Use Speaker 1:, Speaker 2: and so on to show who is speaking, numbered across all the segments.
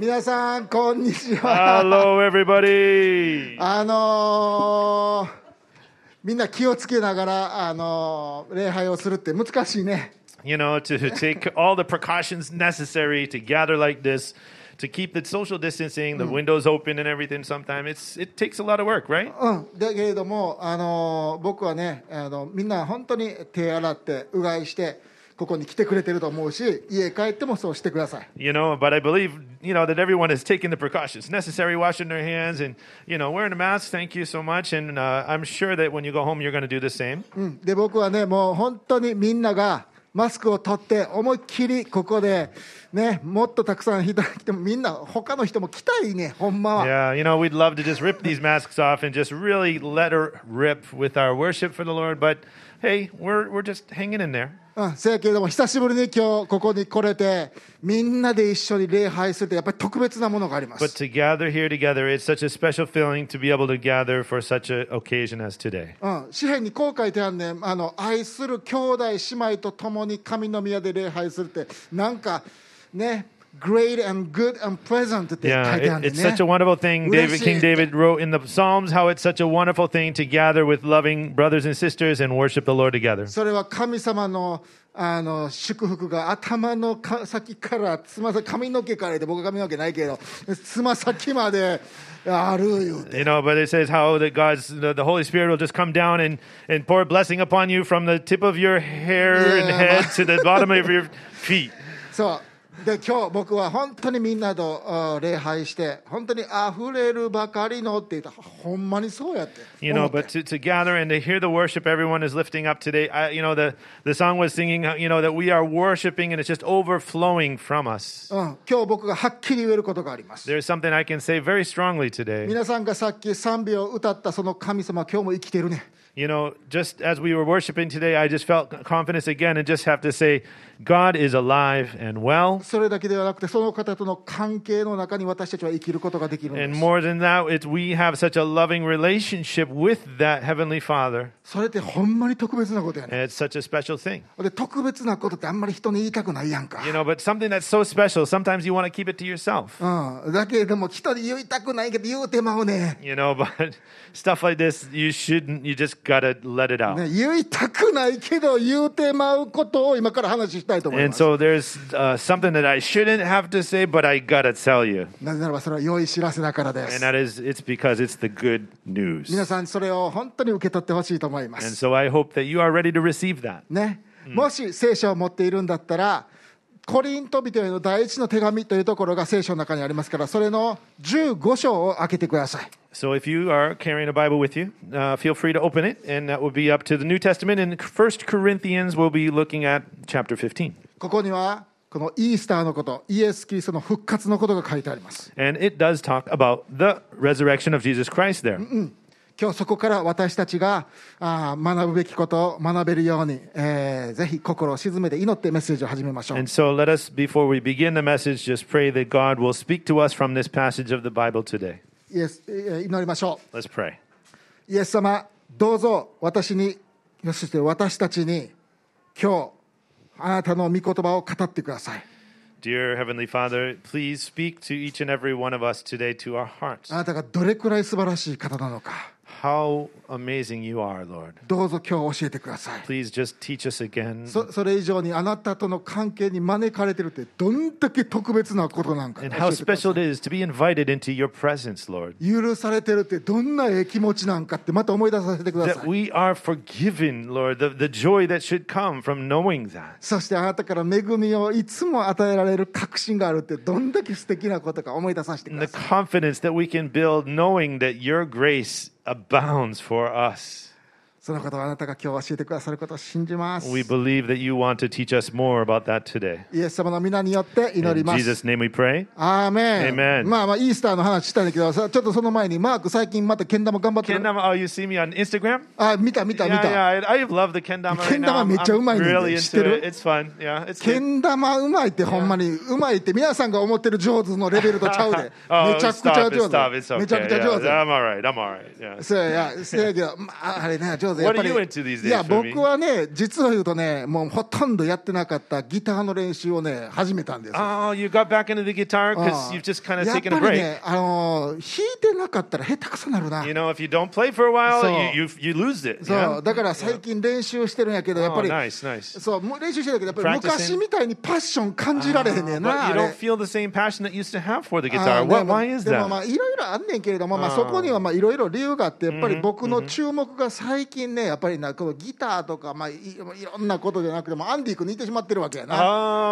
Speaker 1: 皆さんこんにちは
Speaker 2: Hello, everybody.
Speaker 1: あのーみんな気をつけながら、あのー礼拝をするって難しいね
Speaker 2: You know, to take all the precautions necessary to gather like this, to keep the social distancing, the windows open, and everything. Sometimes it's it takes a lot of work, right?
Speaker 1: うんだけれども、あのー僕はねあのみんな本当に手洗ってうがいしてここに来てくれてると思うし家帰ってもそうしてください
Speaker 2: You know, but I believe you know that everyone has taken the precautions necessary, washing their hands, and you know, wearing a mask. Thank you so much, and uh, I'm sure that when you go home, you're going to do the same.
Speaker 1: うんで僕はねもう本当にみんながマスクを取って思いっきりここでねもっとたくさん人が来てもみんな他の人も来たいねほんまは。
Speaker 2: Yeah, you know, we'd love to just rip these masks off and just really let her rip with our worship for the Lord. But hey, we're we're just hanging in there.
Speaker 1: うん、せやけれども、久しぶりに今日ここに来れて、みんなで一緒に礼拝するって、やっぱり特別なものがありま
Speaker 2: But
Speaker 1: す。
Speaker 2: to gather here together, it's such a special feeling to be able to gather for such an occasion as today.
Speaker 1: うん、詩篇にこう書いてあるねんあの、愛する兄弟姉妹と共に神の宮で礼拝するって、なんかね、great and good and pleasant って書
Speaker 2: Yeah,
Speaker 1: いてある
Speaker 2: it,
Speaker 1: ねん
Speaker 2: it's
Speaker 1: ね
Speaker 2: such a wonderful thing. David,
Speaker 1: Blessed.
Speaker 2: King David wrote in the Psalms how it's such a wonderful thing to gather with loving brothers and sisters and worship the Lord together.
Speaker 1: それは神様のあの祝福が頭のか先からつま先髪の毛から言って僕髪の毛ないけどつま先まであるいうて
Speaker 2: You know, but it says how that God's the, the Holy Spirit will just come down and, and pour a blessing upon you from the tip of your hair and
Speaker 1: Yeah.
Speaker 2: head to the bottom of your feet.
Speaker 1: そうで今日僕は本当にみんなとあ礼拝して本当に溢れるばかりのって言ったほんまにそうやって
Speaker 2: You
Speaker 1: 思
Speaker 2: know,
Speaker 1: って
Speaker 2: but to, to gather and to hear the worship everyone is lifting up today. I, you know, the, the song was singing, uh, you know, that we are worshiping and it's just overflowing from us.
Speaker 1: うん、今日僕がはっきり言えることがあります
Speaker 2: There's something I can say very strongly today.
Speaker 1: 皆さんがさっき賛美を歌ったその神様今日も生きてるね
Speaker 2: You know, just as we were worshiping today, I just felt confidence again and just have to say, God is alive and well.
Speaker 1: それだけではなくてその方との関係の中に私たちは生きることができるんで
Speaker 2: And
Speaker 1: す
Speaker 2: more than that, it's, we have such a loving relationship with that Heavenly Father.
Speaker 1: それってほんまに特別なことやね
Speaker 2: And it's such a special thing.
Speaker 1: で特別なことってあんまり人に言いたくないやんか
Speaker 2: You know, but something that's so special, sometimes you want to keep it to yourself.
Speaker 1: うん、だけれども人に言いたくないけど言うてまうね
Speaker 2: You know, but stuff like this, you shouldn't, you just got to let it out.
Speaker 1: ね言いたくないけど言うてまうことを今から話したいと思いま
Speaker 2: And
Speaker 1: す
Speaker 2: so there's uh, something that I shouldn't have to say, but I got to tell you.
Speaker 1: なぜならばそれは良い知らせだからで
Speaker 2: And
Speaker 1: す
Speaker 2: that is, it's because it's the good news.
Speaker 1: 皆さんそれを本当に受け取ってほしいと思いま
Speaker 2: And
Speaker 1: す、
Speaker 2: so I hope that you are ready to receive that.
Speaker 1: ねもし聖書を持っているんだったらコリント人への第一の手紙というところが聖書の中にありますからそれの15章を開けてください
Speaker 2: So if you are carrying a Bible with you, uh, feel free to open it, and that will be up to the New Testament. And First Corinthians, we'll be looking at chapter 15.
Speaker 1: ここにはこのイースターのことイエス・キリストの復活のことが書いてあります
Speaker 2: And it does talk about the resurrection of Jesus Christ there.
Speaker 1: 今日そこから私たちがあー学ぶべきことを学べるように、えーぜひ心を静めて祈ってメッセージを始めましょう
Speaker 2: And so let us, before we begin the message, just pray that God will speak to us from this passage of the Bible today.
Speaker 1: イエスえー祈りましょう
Speaker 2: Let's pray.
Speaker 1: イエス様、どうぞ私に、そして私たちに、今日、あなたの御言葉を語ってください。
Speaker 2: Dear Heavenly Father, please speak to each and every one of us today to our hearts.
Speaker 1: あなたがどれくらい素晴らしい方なのか、
Speaker 2: How amazing you are, Lord.
Speaker 1: どうぞ今日教えてください。
Speaker 2: Please just teach us again
Speaker 1: そそれ以上にあなたとの関係に招かれてるってどんだけ特別なことなんか教え
Speaker 2: and
Speaker 1: て
Speaker 2: how
Speaker 1: くださ
Speaker 2: special it is to be invited into your presence, Lord.
Speaker 1: い許されてるってどんなええ気持ちなんかってまた思い出させてくだ
Speaker 2: That
Speaker 1: さい
Speaker 2: we are forgiven, Lord, the, the joy that should come from knowing that.
Speaker 1: そしてあなたから恵みをいつも与えられる確信があるってどんだけ素敵なことか思い出させてく
Speaker 2: And
Speaker 1: だ
Speaker 2: the
Speaker 1: さい
Speaker 2: confidence that we can build knowing that your grace abounds for us.
Speaker 1: そのことをあなたが今日教えてくださることを信じます
Speaker 2: We believe that you want to teach us more about that today.
Speaker 1: イエス様の皆によって祈り
Speaker 2: In
Speaker 1: ます
Speaker 2: Jesus' name we pray.
Speaker 1: アーメン
Speaker 2: Amen
Speaker 1: まあまあイースターの話したんだけどさちょっとその前にマーク最近またけん玉頑張ってる
Speaker 2: Kendama, oh, you see me on Instagram?
Speaker 1: あ見た見た見
Speaker 2: Yeah,
Speaker 1: た
Speaker 2: yeah, I, I love the Kendama right now. I'm,
Speaker 1: けん玉めっちゃうまいねんで。
Speaker 2: I'm really
Speaker 1: 知ってる？
Speaker 2: into it. It's fun. Yeah, it's
Speaker 1: け
Speaker 2: good.
Speaker 1: ん玉うまいってほんまにうまいって皆さんが思ってる上手のレベルとちゃうで
Speaker 2: Oh,
Speaker 1: めちゃくち
Speaker 2: stop
Speaker 1: ゃ
Speaker 2: it,
Speaker 1: 上
Speaker 2: stop it. It's
Speaker 1: 手
Speaker 2: okay.
Speaker 1: めちゃくちゃ
Speaker 2: Yeah,
Speaker 1: 上手
Speaker 2: I'm all right. I'm all right. Yeah.
Speaker 1: そうや、そうやけど、まあ、あれね、上手ずやっぱり
Speaker 2: What are you into these days,
Speaker 1: いや
Speaker 2: Fumi?
Speaker 1: 僕はね実を言うとねもうほとんどやってなかったギターの練習をね始めたんです
Speaker 2: Oh, you got back into the guitar
Speaker 1: うん
Speaker 2: because you've just kind of
Speaker 1: やっぱ
Speaker 2: taken a
Speaker 1: り
Speaker 2: break.
Speaker 1: ねあのー弾いてなかったら下手くそなるな
Speaker 2: You know, if you don't play for a while,
Speaker 1: So-
Speaker 2: you, you you lose it.
Speaker 1: そう
Speaker 2: yeah?
Speaker 1: だから最近練習してるんやけどやっ
Speaker 2: Oh,
Speaker 1: ぱり
Speaker 2: nice, nice.
Speaker 1: そうもう練習してるけどやっぱり
Speaker 2: Practicing.
Speaker 1: 昔みたいにパッション感じられへんねん
Speaker 2: But
Speaker 1: な
Speaker 2: you
Speaker 1: あ
Speaker 2: don't
Speaker 1: れ
Speaker 2: feel the same passion that you used to have for the
Speaker 1: あー
Speaker 2: guitar. Why,
Speaker 1: でも
Speaker 2: why is
Speaker 1: でもま
Speaker 2: that?
Speaker 1: あいろいろあんねんけれども、まあ、
Speaker 2: あー
Speaker 1: そこにはまあいろいろ理由があってやっぱり僕の注目が最近ねやっぱりなこのギターとか、まあ、いいろんなことじゃなくてもアンディ君に似てしまってるわけやな。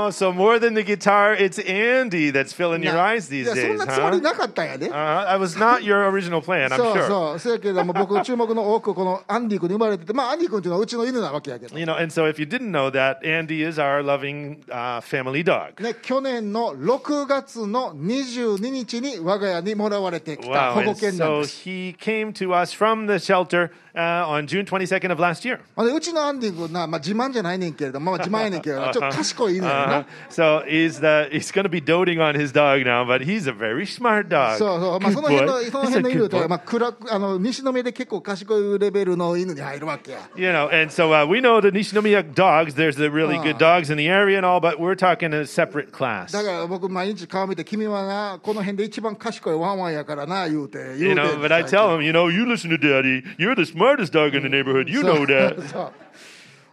Speaker 2: Oh, so more than the guitar, it's Andy that's filling
Speaker 1: い
Speaker 2: your
Speaker 1: や
Speaker 2: eyes these
Speaker 1: そん
Speaker 2: days,
Speaker 1: なつも
Speaker 2: huh?
Speaker 1: りなかったんやで。
Speaker 2: Uh, I was not your original plan, I'm
Speaker 1: そう
Speaker 2: sure.
Speaker 1: そう、そうやけども、僕、注目の多く、このアンディ君に生まれてて、まあ、アンディ君っていうのはうちの犬なわけやけど、ね、
Speaker 2: You know, and so if you didn't know that, Andy is our loving uh, family dog.
Speaker 1: 去年の6月の22日に我が家にもらわれてきた
Speaker 2: Wow.
Speaker 1: 保護
Speaker 2: And
Speaker 1: 犬なん
Speaker 2: so
Speaker 1: です。
Speaker 2: he came to us from the shelter uh, on June 22nd of last year.
Speaker 1: あのうちのアンディ君な、まあ、自慢じゃないねんけれども、まあ、自慢やねんけ れども、ちょっと賢い犬やねんな
Speaker 2: Uh-huh.。So he's the he's going to be doting on his dog now, but he's a very smart dog.
Speaker 1: そうそう、まあ、
Speaker 2: Good
Speaker 1: その辺
Speaker 2: boy.
Speaker 1: の、その
Speaker 2: He's a
Speaker 1: 辺の犬
Speaker 2: good
Speaker 1: と
Speaker 2: boy.
Speaker 1: は、まあ、暗く、あの、西の目で結構賢いレベルの犬に入るわけや。
Speaker 2: You know, and so uh, we know the Nishinomiya dogs. There's the really good dogs in the area and all, but we're talking a separate class.
Speaker 1: だから、僕、毎日顔見て、君はな、この辺で一番賢いワンワンやからな、言うて、言
Speaker 2: You
Speaker 1: うて。
Speaker 2: know, but I tell him, you know, you listen to daddy. You're the smartest dog in the neighborhood. You
Speaker 1: そう
Speaker 2: know that.
Speaker 1: そ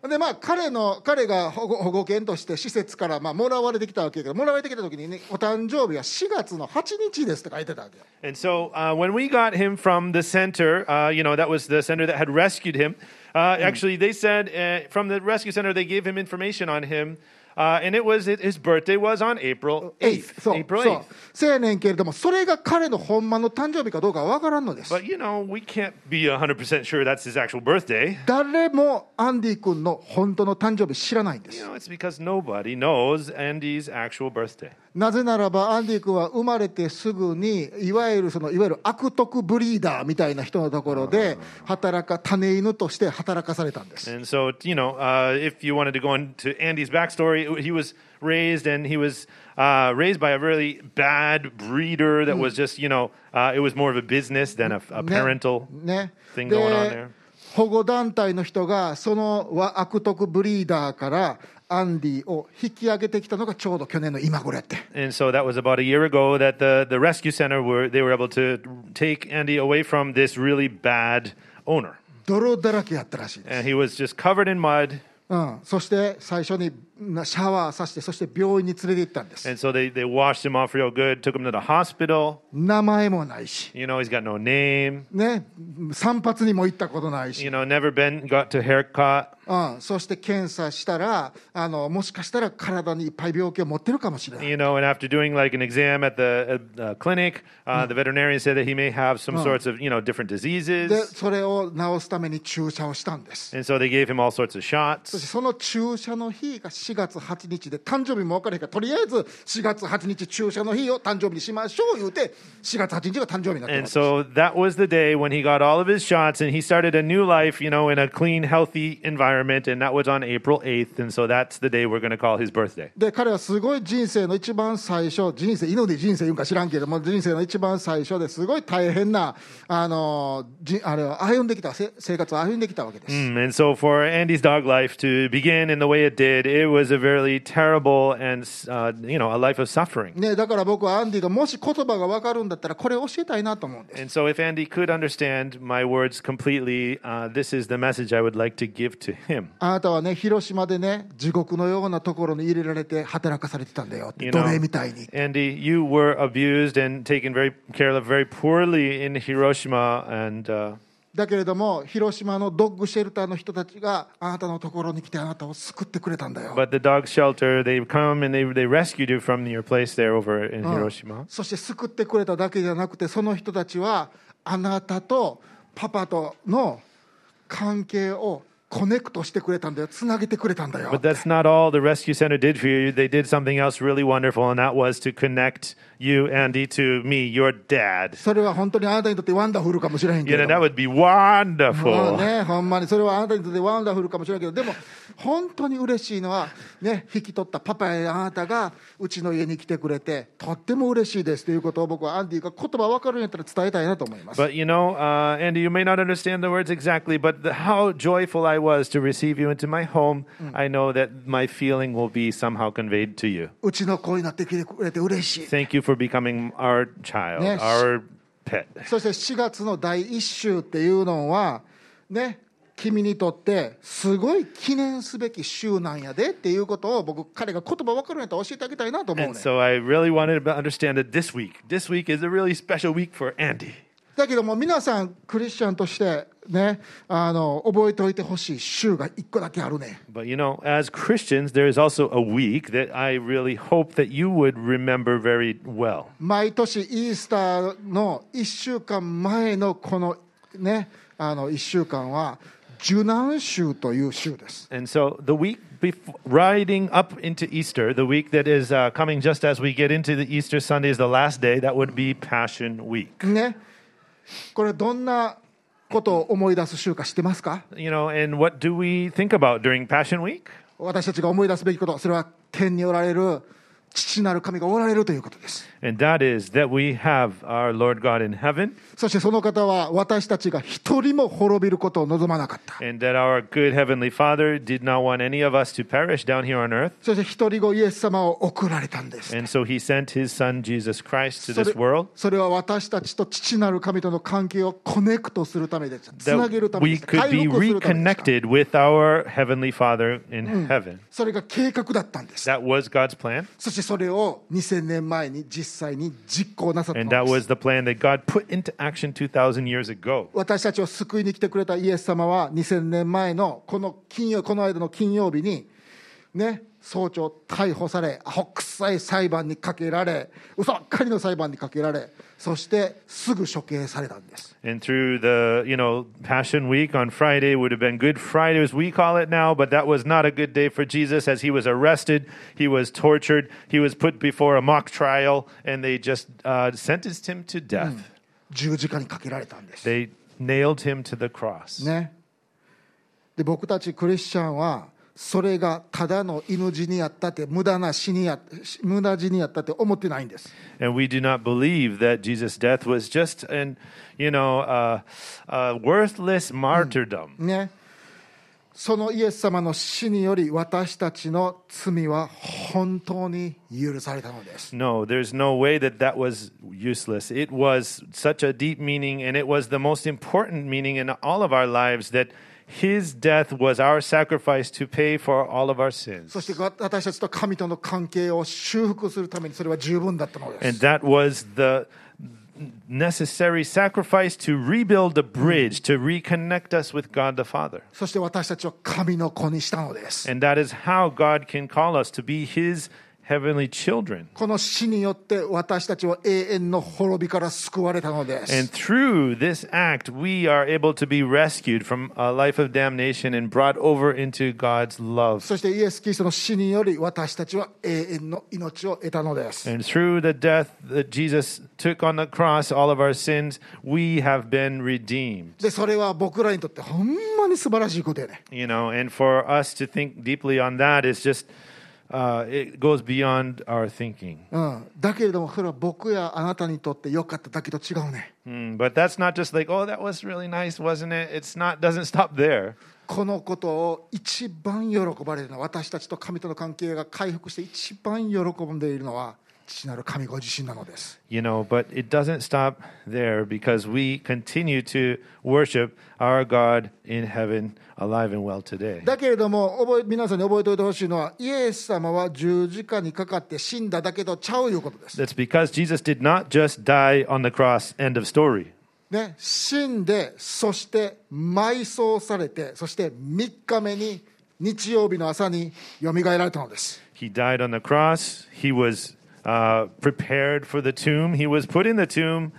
Speaker 1: うでまあ、彼の彼が保護保護犬として施設からまあもらわれてきたわけやけどもらわれてきた時に、ね、お誕生日は4月の8日ですって書いてたわけよ
Speaker 2: And so uh, when we got him from the center, uh, you know, that was the center that had rescued him. Uh, Actually, they said uh, from the rescue center, they gave him information on him. Uh, and it was it, his birthday was on April 8th.
Speaker 1: そう
Speaker 2: April
Speaker 1: そ
Speaker 2: 8th.
Speaker 1: うせやねんけれどもそれが彼のほんまの誕生日かどうかは分からんのです
Speaker 2: But, you know, we can't be 100% sure that's his actual birthday.
Speaker 1: 誰もアンディ君の本当の誕生日知らないんで
Speaker 2: You
Speaker 1: す
Speaker 2: know, it's because nobody knows Andy's actual birthday.
Speaker 1: なぜならばアンディ君は生まれてすぐにいわゆるそのいわゆる悪徳ブリーダーみたいな人のところで働か種犬として働かされたんです
Speaker 2: And so, you know, uh, if you wanted to go into Andy's backstory, he was raised and he was uh, raised by a really bad breeder that was just, you know, uh, it was more of a business than a, a
Speaker 1: ね
Speaker 2: parental.
Speaker 1: ね
Speaker 2: thing
Speaker 1: で
Speaker 2: going on there.
Speaker 1: 保護団体の人がそのわ悪徳ブリーダーからアンディを引き上げてきたのがちょうど去年の今頃やって。
Speaker 2: And so that was about a year ago that the, the rescue center were they were able to take Andy away from this really bad owner.
Speaker 1: 泥だらけやったらしいです、
Speaker 2: And he was just covered in mud.
Speaker 1: うん、そして最初になシャワーさしてそして病院に連れて行ったんです
Speaker 2: And so they, they washed him off real good, took him to the hospital.
Speaker 1: 名前もないし、
Speaker 2: You know, he's got no name.
Speaker 1: ね、散髪にも行ったことないし
Speaker 2: You know, never been got to haircut.
Speaker 1: うん、そして検査したらあのもしかしたら体にいっぱい病気を持ってるかもしれない、
Speaker 2: You know, and after doing like an exam at the at, uh, clinic, uh, the veterinarian said that he may have some sorts of you know different
Speaker 1: で
Speaker 2: diseases,
Speaker 1: それを治すために注射をしたんです
Speaker 2: and so they gave him all sorts
Speaker 1: そ
Speaker 2: of
Speaker 1: し
Speaker 2: shots.
Speaker 1: てその注射の日が4月8日で誕生日も分からへんからとりあえず4月8日注射の日を誕生日にしましょう言うて4月8日が誕生日になってま
Speaker 2: And
Speaker 1: す
Speaker 2: so that was the day when he got all of his shots, and he started a new life, you know, in a clean, healthy environment, and that was on April eighth, and so that's the day we're going to call his birthday.
Speaker 1: で彼はすごい人生の一番最初人生犬で人生言うんか知らんけども人生の一番最初ですごい大変なあのじあれを歩んできたせ生活を歩んできたわけです、
Speaker 2: Mm, And so for Andy's dog life to begin in the way it did, it was a really terrible and uh, you know a life of suffering.
Speaker 1: ね、だから僕はアンディがもし言葉が分かるんだったらこれ教えたいなと思うんです
Speaker 2: And so, if Andy could understand my words completely, uh, this is the message I would like to give to him.
Speaker 1: あなたはね広島でね地獄のようなところに入れられて働かされてたんだよって、
Speaker 2: You
Speaker 1: 奴
Speaker 2: know,
Speaker 1: 隷みたいに
Speaker 2: Andy, you were abused and taken very care of very poorly in Hiroshima, and uh,
Speaker 1: だけれども広島のドッグシェルターの人たちがあなたのところに来てあなたを救ってくれたんだよ
Speaker 2: but the dog shelter they come and they they rescued you from your place there over in
Speaker 1: うん
Speaker 2: Hiroshima.
Speaker 1: そして救ってくれただけじゃなくてその人たちはあなたとパパとの関係をコネクトしてくれたんだよつなげてくれたんだよ
Speaker 2: But that's not all the rescue center did for you. They did something else really wonderful, and that was to connect you, Andy, to me, your dad.
Speaker 1: それは本当にあなたにとってワンダフルかもしれへんけ
Speaker 2: You
Speaker 1: れ
Speaker 2: know,
Speaker 1: ど
Speaker 2: that
Speaker 1: も
Speaker 2: would be
Speaker 1: も
Speaker 2: wonderful.
Speaker 1: うね、ほんまにそれはあなたにとってワンダフルかもしれないけどでも本当に嬉しいのは、ね、引き取ったパパやあなたがうちの家に来てくれてとっても嬉しいですということを僕はアンディが言葉分かるんやったら伝えたいなと思います。
Speaker 2: But you know, uh, Andy, you may not understand the words exactly, but the, how joyful I was to receive you into my home, I know that my feeling will be somehow conveyed to you.
Speaker 1: うちの子になってきてくれて嬉しい
Speaker 2: Thank you for becoming our child,
Speaker 1: Yes.
Speaker 2: our pet.
Speaker 1: そして4月の第1週っていうのはね君にとってすごい記念すべき週なんやでっていうことを僕彼が言葉分かるんやったら教えてあげたいなと思うね
Speaker 2: And
Speaker 1: ん
Speaker 2: so I really wanted to understand that this week, this week is a really special week for Andy.
Speaker 1: だけども皆さんクリスチャンとしてねあの覚えておいてほしい週が1個だけあるね
Speaker 2: But you know, as Christians, there is also a week that I really hope that you would remember very well.
Speaker 1: 毎年イースターの1週間前のこのねあの1週間は受難週という週です
Speaker 2: And so the week before, riding up into Easter, the week that is uh, coming just as we get into the Easter Sunday is the last day, that would be Passion Week.
Speaker 1: ねこれどんなことを思い出す週か知ってますか
Speaker 2: You know, and what do we think about during Passion Week?
Speaker 1: 私たちが思い出すべきことそれは天におられる父なる神がおられるということです
Speaker 2: And that is that we have our Lord God in heaven,
Speaker 1: そしてその方は私たちが一人も滅びることを望まなかった
Speaker 2: and that our good Heavenly Father did not want any of us to perish down here on earth.
Speaker 1: そして一人子イエス様を送られたんです。
Speaker 2: And so he sent his son Jesus Christ to
Speaker 1: そ
Speaker 2: this
Speaker 1: れ
Speaker 2: world.
Speaker 1: それは私たちと父なる神との関係をコネクトするためでした。つなげるた
Speaker 2: that
Speaker 1: めで
Speaker 2: we
Speaker 1: した。回
Speaker 2: could be
Speaker 1: 復するためでした。
Speaker 2: reconnected with our Heavenly Father in heaven.
Speaker 1: それが計画だったんです。
Speaker 2: That was God's plan,
Speaker 1: そしてそれを2000年前に実際に実行なさったの
Speaker 2: and
Speaker 1: で
Speaker 2: that
Speaker 1: す。
Speaker 2: was the plan that God put into action 2,000 years ago.
Speaker 1: 私たちを救いに来てくれたイエス様は2000年前のこの金曜この間の金曜日にね早朝逮捕されアホ臭い裁判にかけられ嘘ばっかりの裁判にかけられそしてすぐ処刑されたんです
Speaker 2: And through the, you know, Passion Week on Friday would have been Good Friday as we call it now, but that was not a good day for Jesus as he was arrested, he was tortured, he was put before a mock trial, and they just uh, sentenced him to death.
Speaker 1: 十字架にかけられたんです、
Speaker 2: They nailed him to the cross.
Speaker 1: ね、で僕たちクリスチャンはそれがただの命にやったって無駄な死にや無駄死にやったって思ってないんです
Speaker 2: And we do not believe that Jesus' death was just an, you know, uh, uh, worthless martyrdom.
Speaker 1: ね、そのイエス様の死により私たちの罪は本当に許されたのです。
Speaker 2: No, there's no way that that was useless. It was such a deep meaning, and it was the most important meaning in all of our lives that his death was our sacrifice to pay for all of our sins.
Speaker 1: そしてわ私たちと神との関係を修復するためにそれは十分だったので
Speaker 2: And
Speaker 1: す。
Speaker 2: that was the necessary sacrifice to rebuild the bridge, to reconnect us with God the Father.
Speaker 1: そして私たちを神の子にしたのです。
Speaker 2: And that is how God can call us to be his heavenly children.
Speaker 1: この死によって私たちは永遠の滅びから救われたので
Speaker 2: And
Speaker 1: す。
Speaker 2: through this act, we are able to be rescued from a life of damnation and brought over into God's love.
Speaker 1: そしてイエス・キリストの死により私たちは永遠の命を得たのです。
Speaker 2: And through the death that Jesus took on the cross, all of our sins, we have been redeemed.
Speaker 1: で、それは僕らにとってほんまに素晴らしいことやね。
Speaker 2: You know, and for us to think deeply on that is just, uh, it goes beyond our thinking.
Speaker 1: うん、だけれどもそれは僕やあなたにとって良かっただけと違うね
Speaker 2: Mm, but that's not just like, oh, that was really nice, wasn't it? It's not, doesn't stop there.
Speaker 1: このことを一番喜ばれるのは私たちと神との関係が回復して一番喜んでいるのは父なる神ご自身なのです
Speaker 2: you know but it doesn't stop there because we continue to worship our god in heaven alive and well today
Speaker 1: だけれども覚え皆さんに覚えておいてほしいのはイエス様は十字架にかかって死んだだけどちゃういうことです、
Speaker 2: that's because jesus did not just die on the cross end of story
Speaker 1: ね、死んでそして埋葬されてそして3日目に日曜日の朝によみがえられたのです
Speaker 2: he died on the cross he was uh, prepared for the tomb he was put in the tomb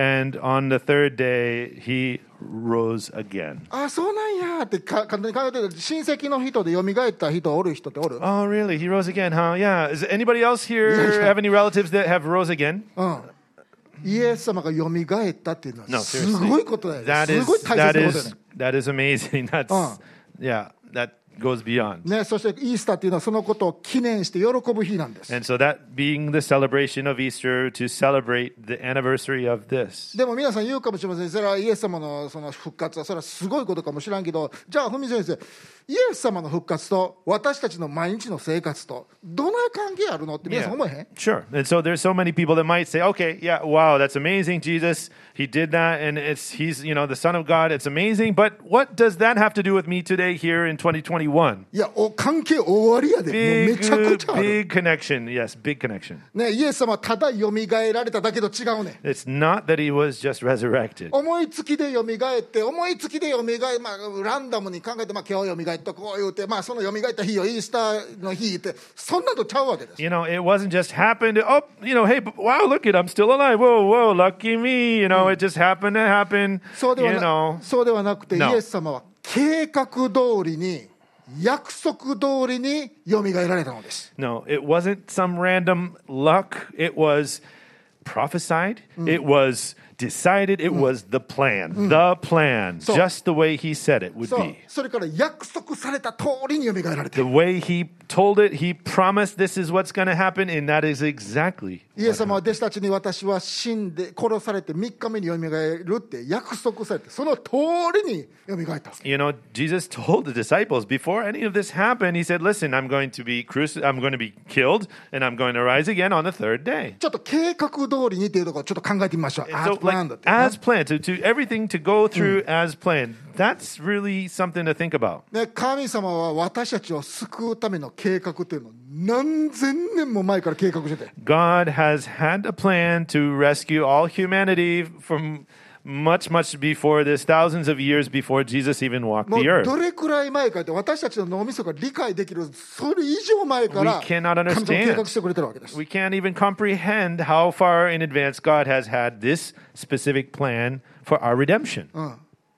Speaker 2: And on the third day, he rose again.
Speaker 1: あそうなんやってか簡単に考えてる親戚の人で蘇った人おる人っておる
Speaker 2: Oh, really? He rose again, huh? Yeah. Is anybody else here
Speaker 1: Yeah.
Speaker 2: have any relatives that have rose again?
Speaker 1: うんイエス様が蘇ったっていうの
Speaker 2: No,
Speaker 1: はす
Speaker 2: seriously.
Speaker 1: ごいことだよ、ね、
Speaker 2: That
Speaker 1: す
Speaker 2: is
Speaker 1: ごい大
Speaker 2: that
Speaker 1: 切なことだ
Speaker 2: is
Speaker 1: よね
Speaker 2: that is amazing. That's
Speaker 1: Uh.
Speaker 2: yeah, that goes beyond.
Speaker 1: ね、そしてイースターっていうのはそのことを記念して喜ぶ日なんです。
Speaker 2: And so that being the celebration of Easter to celebrate the anniversary of this.
Speaker 1: でも皆さん言うかもしれません、それはイエス様のその復活は、それはすごいことかもしれんけど、じゃあ、文先生、イエス様の復活と私たちの毎日の生活と、どない関係あるのって皆さん思えへん、
Speaker 2: Sure. And so there's so many people that might say, okay, yeah, wow, that's amazing, Jesus. He did that, and it's he's you know the Son of God. It's amazing. But what does that have to do with me today here in 2021?
Speaker 1: いや、お関係終わりやで、もうめ
Speaker 2: Big,
Speaker 1: ちゃくちゃある。
Speaker 2: big connection. Yes, big connection.
Speaker 1: ね、イエス様はただ蘇られただけと違うねん
Speaker 2: It's not that he was just resurrected.
Speaker 1: 思いつきで蘇って、思いつきで蘇え、まあ、ランダムに考えて、まあ、今日蘇っとこう言うて、まあ、その蘇った日をイースターの日って、そんなんとちゃうわけです。
Speaker 2: You know, it wasn't just happened. Oh, you know, hey, b- wow, look it, I'm still alive. Whoa, whoa, lucky me. You know, it just happened to happen.
Speaker 1: そうで
Speaker 2: you
Speaker 1: はな
Speaker 2: know,
Speaker 1: そうではなくて、
Speaker 2: No.
Speaker 1: イエス様は計画通りに、約束通りに蘇られたのです。
Speaker 2: no, it wasn't some random luck. It was prophesied. It was decided. It was the plan. The plan,
Speaker 1: So-
Speaker 2: just the way he said it would
Speaker 1: そう
Speaker 2: be.
Speaker 1: それから約束された通りに蘇られて
Speaker 2: The way he told it, he promised this is what's going to happen, and that is exactly.
Speaker 1: イエス様は弟子たちに私は死んで殺されて3日目に蘇るって約束されてその通りに蘇った
Speaker 2: you know jesus told the disciples before any of this happened he said listen i'm going to be cruci- i'm going to be killed and i'm going to rise again on the third day
Speaker 1: ちょっと計画通りにっていうところちょっと考えてみましょう
Speaker 2: so
Speaker 1: ア
Speaker 2: like,
Speaker 1: プランドっていうね
Speaker 2: as planned to, to everything to go through as planned that's really something to think about
Speaker 1: ね、神様は私たちを救うための計画っていうのを何千年も前から計画してて
Speaker 2: god has had a plan to rescue all humanity from much much before this thousands of years before jesus even walked
Speaker 1: もう
Speaker 2: the earth
Speaker 1: どれくらい前かって私たちの脳みそが理解できるそれ以上前から
Speaker 2: We cannot understand.
Speaker 1: 神様計画してくれてるわけです
Speaker 2: we can't even comprehend how far in advance god has had this specific plan for our redemption
Speaker 1: うん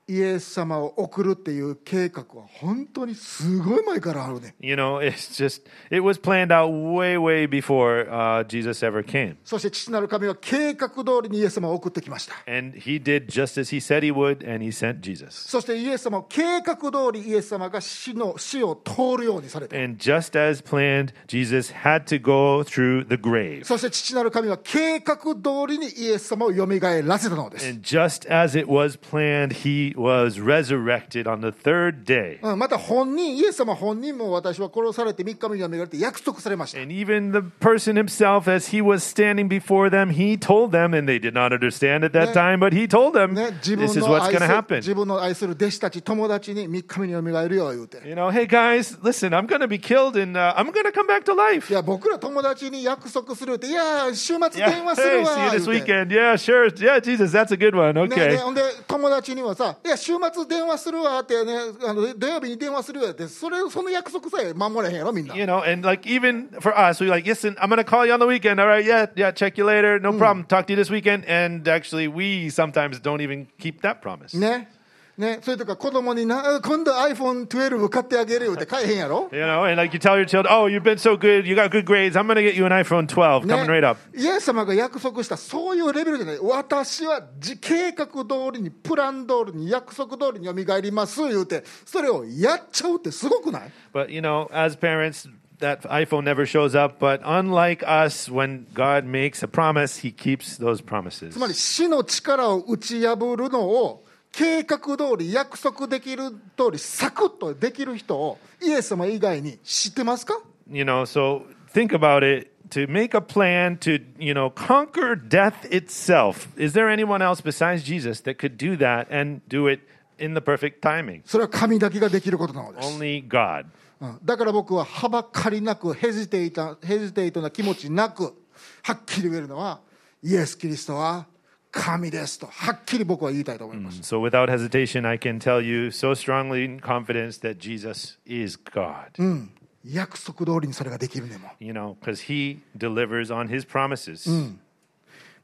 Speaker 1: イエス様を送るっていう計画は本当にすごい前からあるね
Speaker 2: You know, it's just it was planned out way, way before uh, Jesus ever came,
Speaker 1: そして父なる神は計画通りにイエス様を送ってきました
Speaker 2: and He did just as He said He would, and He sent Jesus.
Speaker 1: そしてイエス様を計画通りイエス様が死の死を通るようにされて
Speaker 2: And just as planned, Jesus had to go through the grave.
Speaker 1: そして父なる神は計画通りにイエス様を蘇らせたのです
Speaker 2: And just as it was planned, He was resurrected on the third day.
Speaker 1: うん、また本人、イエス様本人も私は殺されて3日目にはめられて約束されました。
Speaker 2: And even the person himself, as he was standing before them, he told them, and they did not understand at that
Speaker 1: Ne-
Speaker 2: time, but he told them,
Speaker 1: ね、自分
Speaker 2: this is
Speaker 1: の
Speaker 2: what's
Speaker 1: 愛
Speaker 2: going
Speaker 1: す
Speaker 2: to
Speaker 1: る
Speaker 2: happen.
Speaker 1: 自分の愛する弟子たち、友達に3日目によみがえるよ言うて。
Speaker 2: You know, hey guys, listen, I'm going to be killed and uh, I'm going to come back to life.
Speaker 1: いや、僕ら友達に約束するって、いや、週末
Speaker 2: Yeah.
Speaker 1: 電話す
Speaker 2: Hey,
Speaker 1: る
Speaker 2: see
Speaker 1: わ
Speaker 2: you
Speaker 1: 言
Speaker 2: this
Speaker 1: うて。
Speaker 2: weekend. Yeah, sure. Yeah, Jesus, that's a good one.
Speaker 1: ね
Speaker 2: Okay.
Speaker 1: ね、ほんで友達にはさ「いや週末電話するわ」ってねあの土曜日に電話するわってそれその約束さえ守れへんやろみんな
Speaker 2: You know, and like even for us, we like, listen, I'm gonna call you on the weekend. All right, yeah, yeah, check you later. No problem. Talk to you this weekend. And actually, we sometimes don't even keep that promise.
Speaker 1: ねねそれとか子供にな「今度 iPhone12 買ってあげるよ」って買えへんやろ
Speaker 2: You know, and like you tell your child, oh, you've been so good, you got good grades. I'm gonna get you an iPhone 12 coming right up.
Speaker 1: イエス様が約束したそういうレベルじゃない私は自計画通りにプラン通りに約束通りによみがえります言うてそれをやっちゃうってすごくない
Speaker 2: But you know, as parents, that iPhone never shows up. But unlike us, when God makes a promise, He keeps those promises.
Speaker 1: つまり死の力を打ち破るのを計画通り約束できる通りサクッとできる人をイエス様以外に知ってますか
Speaker 2: you know so think about it to make a plan to you know conquer death itself is there anyone else besides jesus that could do that and do it in the perfect timing
Speaker 1: それは神だけができることなのです、
Speaker 2: only god
Speaker 1: うんだから僕ははばかりなくヘジテイタヘジテイトな気持ちなくはっきり言えるのはイエス・キリストは神ですとはっきり僕は言いたいと思います、
Speaker 2: so without hesitation i can tell you so strongly in confidence that jesus is god
Speaker 1: 約束通りにそれができるねも
Speaker 2: you know because he delivers on his promises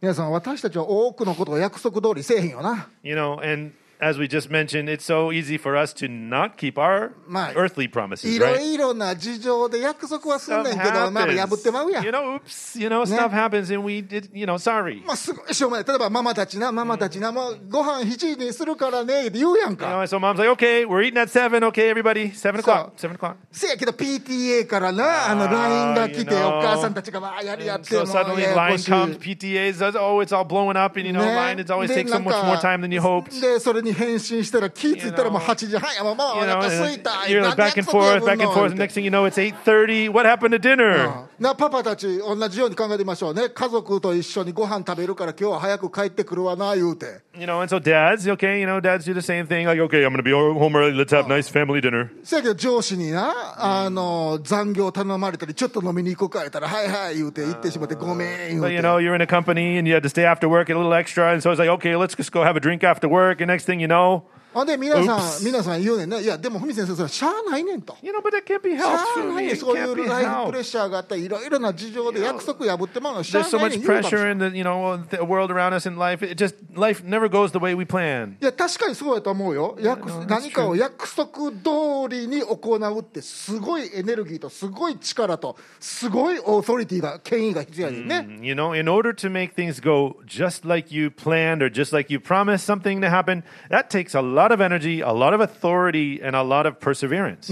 Speaker 1: 皆さん私たちは多くのことを約束通りせえへんよな
Speaker 2: You know, and as we just mentioned, it's so easy for us to not keep our
Speaker 1: My-
Speaker 2: earthly promises,
Speaker 1: いろ
Speaker 2: right?
Speaker 1: いろな事情で約束はすん
Speaker 2: Stuff
Speaker 1: ねんけどまあ破ってまうやん
Speaker 2: happens. You know, oops, you know, stuff happens and we did, you know, sorry.
Speaker 1: まあ、すごいしょうもない例えばママたちなママたちな、もうご飯7時にするからねって言うやん
Speaker 2: You
Speaker 1: か
Speaker 2: know, and so mom's like, okay, we're eating at seven. Okay, everybody, seven o'clock, seven o'clock.
Speaker 1: せやけど PTA からなあの LINE が来て
Speaker 2: you know
Speaker 1: お母さんたちがわあやりやっ
Speaker 2: And
Speaker 1: て
Speaker 2: so
Speaker 1: もう
Speaker 2: suddenly
Speaker 1: ややこ
Speaker 2: line
Speaker 1: しい
Speaker 2: comes, PTAs, does, oh, it's all blowing up, and you know, line it always
Speaker 1: で
Speaker 2: takes
Speaker 1: な
Speaker 2: so
Speaker 1: ん
Speaker 2: much
Speaker 1: か
Speaker 2: more time than you hoped.
Speaker 1: でそれに返信したら気付いたらもう
Speaker 2: You know
Speaker 1: 8時はいもうもうお
Speaker 2: You know,
Speaker 1: 腹空い
Speaker 2: and
Speaker 1: た
Speaker 2: you're like back and forth, back and forth. Next thing you know, it's 8.30. What happened to dinner?
Speaker 1: なパパたち同じように考えてみましょうね家族と一緒にご飯食べるから今日は早く帰ってくるわな言うて
Speaker 2: You know, and so dads, okay, you know, dads do the same thing. Like, okay, I'm going to be home early. Let's have nice family dinner.
Speaker 1: せやけど上司になあの残業頼まれたりちょっと飲みに行こうか言ったら「はいはい」言うて行ってしまって「ごめん」言
Speaker 2: But, you
Speaker 1: うて
Speaker 2: know, you're in a company and you had to stay after work a little extra. And so it's like, okay, let's just go have a drink after work. And next thing you know,
Speaker 1: ほんで皆さ
Speaker 2: Oops.
Speaker 1: ん皆さん言うねんないやでも文先生それはしゃあないねんと。
Speaker 2: you know, but that can't be
Speaker 1: しゃ
Speaker 2: helped.
Speaker 1: あないねん
Speaker 2: Trudy. It
Speaker 1: そういう
Speaker 2: can't be
Speaker 1: ライフプレッ
Speaker 2: helped.
Speaker 1: シャーがあったりいろいろな事情で約束破ってまうのはしゃ
Speaker 2: There's
Speaker 1: あ
Speaker 2: so
Speaker 1: ないねん
Speaker 2: much
Speaker 1: 言うかもしれん
Speaker 2: pressure in the, you know, the world around us in life. It just, life never goes the way we plan.
Speaker 1: いや確かにそうやと思うよ約
Speaker 2: no, that's
Speaker 1: 何かを約束通りに行うってすごいエネルギーとすごい力とすごいオーソリティが権威が必要やねんね、
Speaker 2: You know, in order to make things go just like you planned or just like you promised something to happen, that takes a lot of energy, a lot of authority, and a lot of perseverance.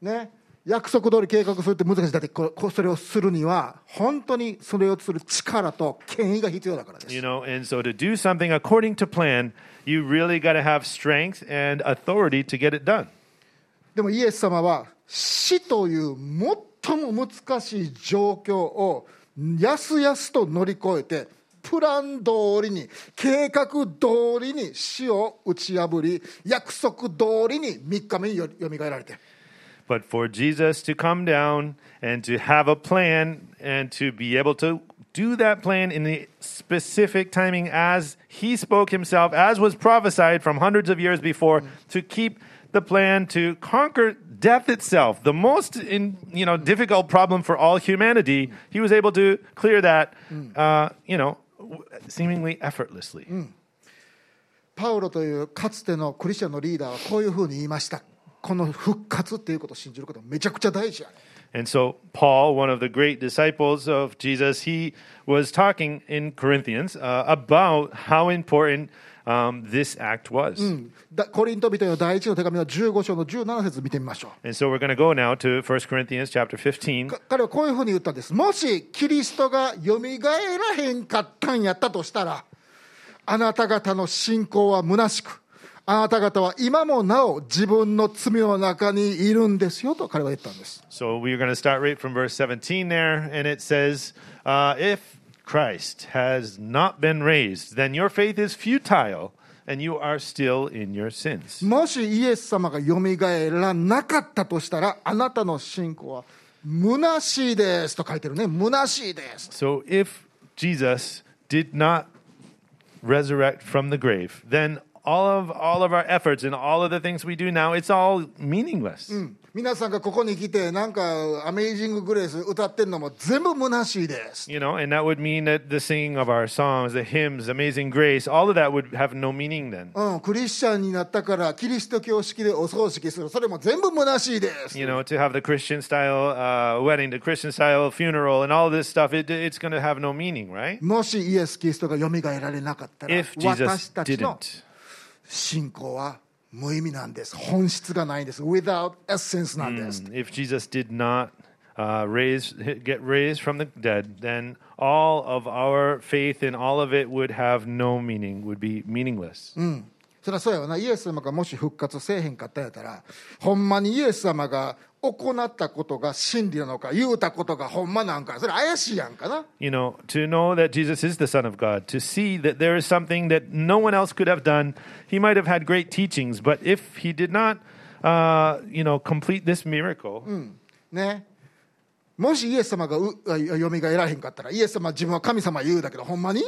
Speaker 1: ね約束通り計画するって難しいだってここそれをするには本当にそれをする力と権威が必要だからです
Speaker 2: You know, and so to do something according to plan, you really got to have strength and authority to get it done.
Speaker 1: でもイエス様は死という最も難しい状況をやすやすと乗り越えてプラン通りに計画通りに死を打ち破り約束通りに3日目によよみがえられて
Speaker 2: But for Jesus to come down and to have a plan and to be able to do that plan in the specific timing as he spoke himself, as was prophesied from hundreds of years before, to keep the plan to conquer death itself, the most in, you know difficult problem for all humanity, he was able to clear that, uh, you know, w- seemingly effortlessly.
Speaker 1: パウロというかつてのクリスチャンのリーダーはこういうふうに言いましたこの復活っていうことを信じることめちゃくちゃ大事やね
Speaker 2: And so, Paul, one of the great disciples of Jesus, he was talking in Corinthians uh, about how important um, this act was.
Speaker 1: だコリント人への第一の手紙の15章の17節見てみましょう
Speaker 2: And so, we're going to go now to 1 Corinthians chapter 15.
Speaker 1: か彼はこういうふうに言ったんですもしキリストがよみがえらへんかったんやったとしたらあなた方の信仰は虚しくあなた方は今もなお自分の罪の中にいるんですよと彼は言ったんです
Speaker 2: So, we're going to start right from verse 17 there. And it says, uh, If Christ has not been raised, then your faith is futile and you are still in your sins.
Speaker 1: もしイエス様がよみがえらなかったとしたらあなたの信仰は虚しいですと書いてるね虚しいです
Speaker 2: So if Jesus did not resurrect from the grave, then all of all of our efforts and all of the things we do now, it's all meaningless.
Speaker 1: 皆さんがここに来てなんか「アメイジング・グレース」歌ってんのも全部虚しいです
Speaker 2: You know, and that would mean that the singing of our songs, the hymns, Amazing Grace, all of that would have no meaning then.
Speaker 1: うん、クリスチャンになったからキリスト教式でお葬式するそれも全部虚しいです、
Speaker 2: You know, to have the Christian style uh, wedding, the Christian style funeral, and all this stuff, it, it's going to have no meaning, right?
Speaker 1: もしイエス・キリストが蘇られなかったら
Speaker 2: If
Speaker 1: 私
Speaker 2: Jesus
Speaker 1: たちの
Speaker 2: didn't.
Speaker 1: 信仰は無意味なんです本質がないんです without essence なんです、
Speaker 2: Mm, If Jesus did not uh, raise, get raised from the dead, then all of our faith and all of it would have no meaning, would be meaningless.
Speaker 1: そりゃそうやわなイエス様がもし復活せえへんかったんやったらほんまにイエス様が行ったことが真理なのか言うたことがほんまなんかそれ怪しいやんかな
Speaker 2: You know, to know that Jesus is the Son of God, to see that there is something that no one else could have done. He might have had great teachings, but if he did not, uh, you know, complete this miracle,
Speaker 1: ねもしイエス様がう蘇られへんかったらイエス様は自分は神様言うだけどほんまに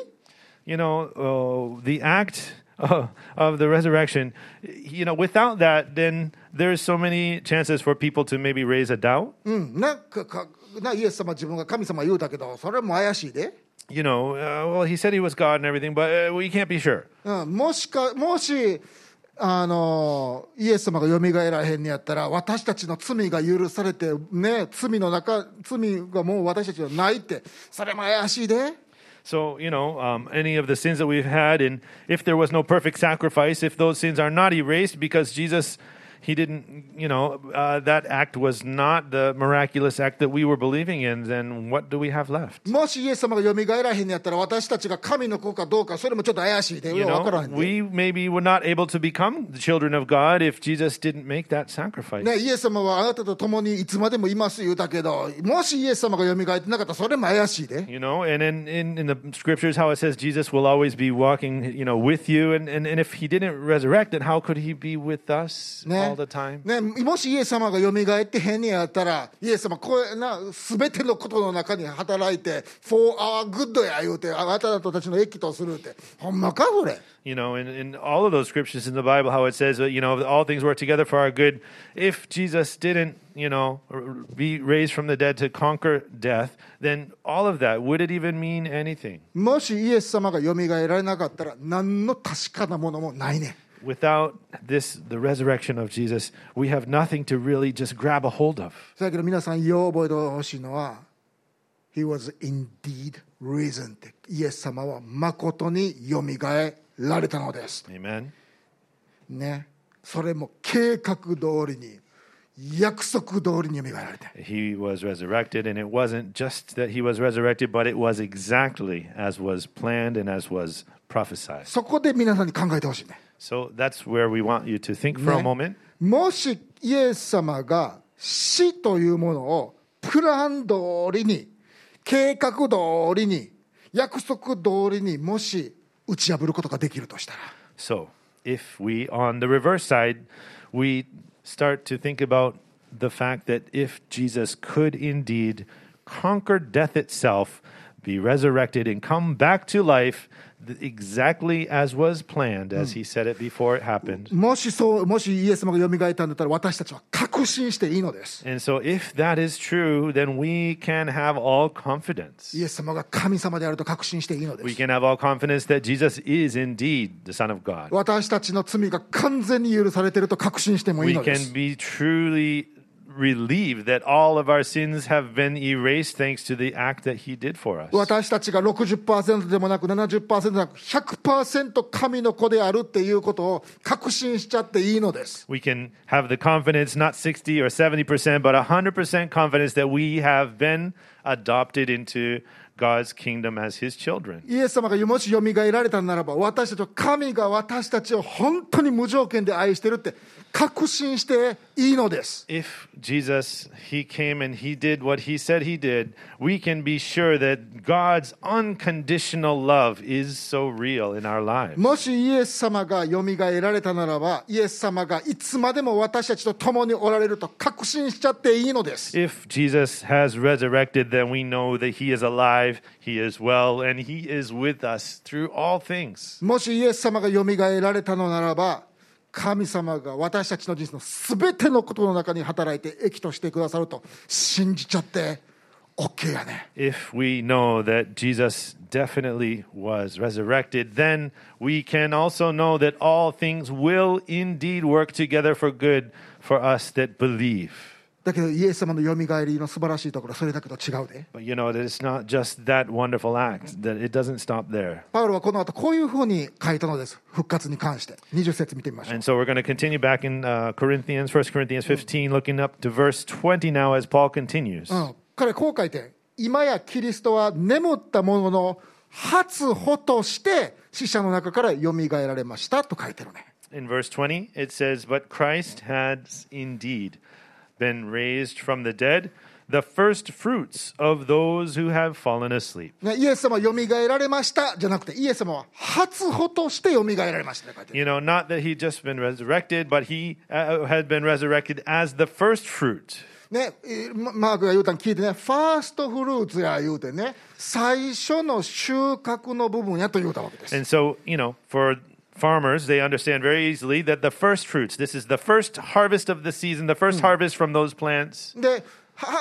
Speaker 2: you know, uh, the act of, of the resurrection, you know, without that, then there's so many chances for people to maybe raise a doubt.
Speaker 1: うん、なんかかなイエス様自分が神様言うたけどそれも怪しいで
Speaker 2: you know, uh, well, he said he was God and everything, but uh, we can't be sure.
Speaker 1: うん、もしかもしあのイエス様がよみがえらへんにやったら私たちの罪が許されてね罪の中罪がもう私たちはないってそれも怪しいで
Speaker 2: So, you know, um, any of the sins that we've had, and if there was no perfect sacrifice, if those sins are not erased because Jesus, he didn't, you know, uh, that act was not the miraculous act that we were believing in, then what do we have left?
Speaker 1: もしイエス様がよみがえらへんにやったら私たちが神の子かどうかそれもちょっと怪しいで
Speaker 2: You
Speaker 1: よわからへ
Speaker 2: know,
Speaker 1: んで、
Speaker 2: we maybe were not able to become the children of God if Jesus didn't make that sacrifice.
Speaker 1: ね、イエス様はあなたと共にいつまでもいます言うたけどもしイエス様がよみがえってなかったらそれも怪しいで
Speaker 2: You know, and in, in, in the scriptures, how it says Jesus will always be walking, you know, with you. And, and, and if he didn't resurrect, then how could he be with us
Speaker 1: ね
Speaker 2: all the time?
Speaker 1: ね、もしイエス様がよみがえって変にやったらイエス様これな全てのことの中に働いて「for our good や」言うてあなたたちの益とするってほんまかこれ
Speaker 2: You know, in, in all of those scriptures in the Bible, how it says, that, you know, all things work together for our good. If Jesus didn't, you know, r- be raised from the dead to conquer death, then all of that, would it even mean anything?
Speaker 1: もしイエス様がよみがえられなかったら何の確かなものもないねん
Speaker 2: Without this, the resurrection of Jesus, we have nothing to really just grab a hold of.
Speaker 1: そやけど皆さんよう覚えてほしいのは「He was indeed risen」ってイエス様はまことによみがえられたのです
Speaker 2: Amen.
Speaker 1: ねそれも計画通りに約束通りによみがえられて
Speaker 2: he was resurrected, and it wasn't just that he was resurrected, but it was exactly as was planned and as was prophesied.
Speaker 1: そこで皆さんに考えてほしいね
Speaker 2: So that's where we want you to think for a
Speaker 1: ね
Speaker 2: moment.
Speaker 1: もしイエス様が死というものをプラン通りに計画通りに約束通りにもし打ち破ることができるとしたら
Speaker 2: So, if we, on the reverse side, we start to think about the fact that if Jesus could indeed conquer death itself, be resurrected, and come back to life th- exactly as was planned, as he said it before it happened.
Speaker 1: もしそうもしイエス様がよみがえったんだったら私たちは確信していいのです
Speaker 2: And so, if that is true, then we can have all confidence.
Speaker 1: イエス様が神様であると確信していいので
Speaker 2: We
Speaker 1: す
Speaker 2: can have all confidence that Jesus is indeed the Son of God.
Speaker 1: 私たちの罪が完全に許されていると確信してもいい
Speaker 2: We
Speaker 1: ので
Speaker 2: can
Speaker 1: す
Speaker 2: be truly relieved that all of our sins have been erased thanks to the act that He did for us.
Speaker 1: 私たちが60%でもなく70%でもなく100%神の子であるっていうことを確信しちゃっていいのです
Speaker 2: We can have the confidence, not 60 or 70%, but 100% confidence that we have been adopted into God's kingdom as His children.
Speaker 1: イエス様がもしよみがえられたならば私たちは神が私たちを本当に無条件で愛してるって確信していいのです
Speaker 2: If Jesus, He came and He did what He said He did, we can be sure that God's unconditional love is so real in our lives.
Speaker 1: もしイエス様がよみがえられたならばイエス様がいつまでも私たちと共におられると確信しちゃっていいのです
Speaker 2: If Jesus has resurrected, then we know that he is alive, he is well, and he is with us through all things.
Speaker 1: もしイエス様がよみがえられたのならば神様が私たちの人生のすべてのことの中に働いて益としてくださると信じちゃって OK やね
Speaker 2: If we know that Jesus definitely was resurrected, then we can also know that all things will indeed work together for good for us that believe.
Speaker 1: だけどイエス様のよみがえりの素晴らしいところはそれだけど違うで
Speaker 2: But you know that it's not just that wonderful act, that it doesn't stop there.
Speaker 1: パウロはこの後こういうふうに書いたのです復活に関して20節見てみましょう
Speaker 2: And so we're going to continue back in uh, Corinthians, 1 Corinthians 15, looking up to verse 20 now as Paul continues.
Speaker 1: うん、彼はこう書いて今やキリストは眠ったものの初歩として死者の中からよみがえられましたと書いてるね
Speaker 2: In verse 20, it says, But Christ has indeed been raised from the dead, the first fruits of those who have fallen asleep.
Speaker 1: ねイエス様はよみがえられましたじゃなくてイエス様は初歩としてよみがえられましたね書いてる
Speaker 2: You know, not that he'd just been resurrected, but he uh, had been resurrected as the first fruit.
Speaker 1: ねえママークが言うたん聞いてねファーストフルーツや言うてね最初の収穫の部分やと言うたわけです
Speaker 2: And so, you know, for farmers, they understand very easily that the first fruits, this is the first harvest of the season, the first harvest from those plants.
Speaker 1: では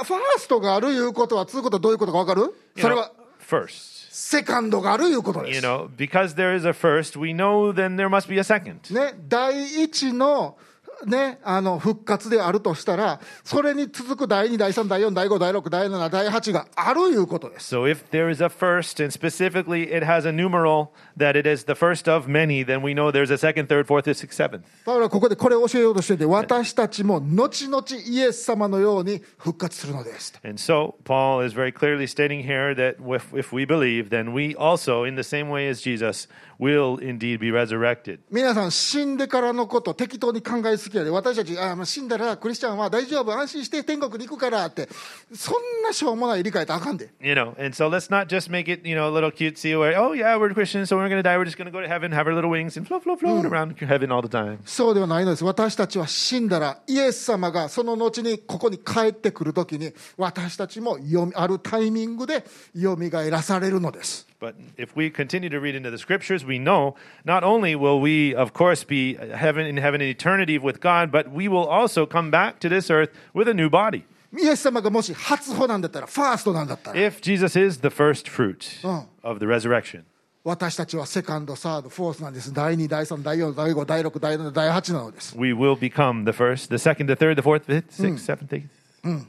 Speaker 1: ファーストがあるいうことはつうことはどういうことか分かる
Speaker 2: You
Speaker 1: それ
Speaker 2: know,
Speaker 1: は
Speaker 2: first.
Speaker 1: セカンドがあるいうことで
Speaker 2: You
Speaker 1: す、
Speaker 2: know, because there is a first, we know then there must be a second.
Speaker 1: ね、第一の,、ね、あの復活であるとしたらそれに続く第2第3第4第5第6第7第8があるいうことです
Speaker 2: So if there is a first, and specifically it has a numeral that it is the first of many, then we know there's a second, third, fourth, fifth, sixth, seventh.
Speaker 1: だからここでこれを教えようとしていて私たちも後々イエス様のように復活するのですと
Speaker 2: And so Paul is very clearly stating here that if, if we believe, then we also, in the same way as Jesus, will indeed be resurrected.
Speaker 1: 皆さん死んでからのこと適当に考えすぎやで私たちあまあ死んだらクリスチャンは大丈夫安心して天国に行くからってそんなしょうもない理解とあかんで
Speaker 2: You know, and so let's not just make it, you know, a little cutesy where, oh yeah, we're Christians, so we're going to die. We're just going to go to heaven, have our little wings, and float, float, float around heaven all the time.
Speaker 1: そうではないのです私たちは死んだらイエス様がその後にここに帰ってくるときに私たちもよみあるタイミングでよみがえらされるのです
Speaker 2: But if we continue to read into the scriptures, we know not only will we, of course, be uh, heaven in heaven in eternity with God, but we will also come back to this earth with a new body.
Speaker 1: イエス様がもし初歩なんだったらファーストなんだったら
Speaker 2: If Jesus is the first fruit
Speaker 1: Oh.
Speaker 2: of the resurrection,
Speaker 1: 私たちはセカンドサードフォースなんです第2第3第4第5第6第7第8なのです
Speaker 2: we will become the first, the second, the third, the fourth, fifth, sixth, seventh, eighth.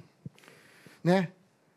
Speaker 1: ね、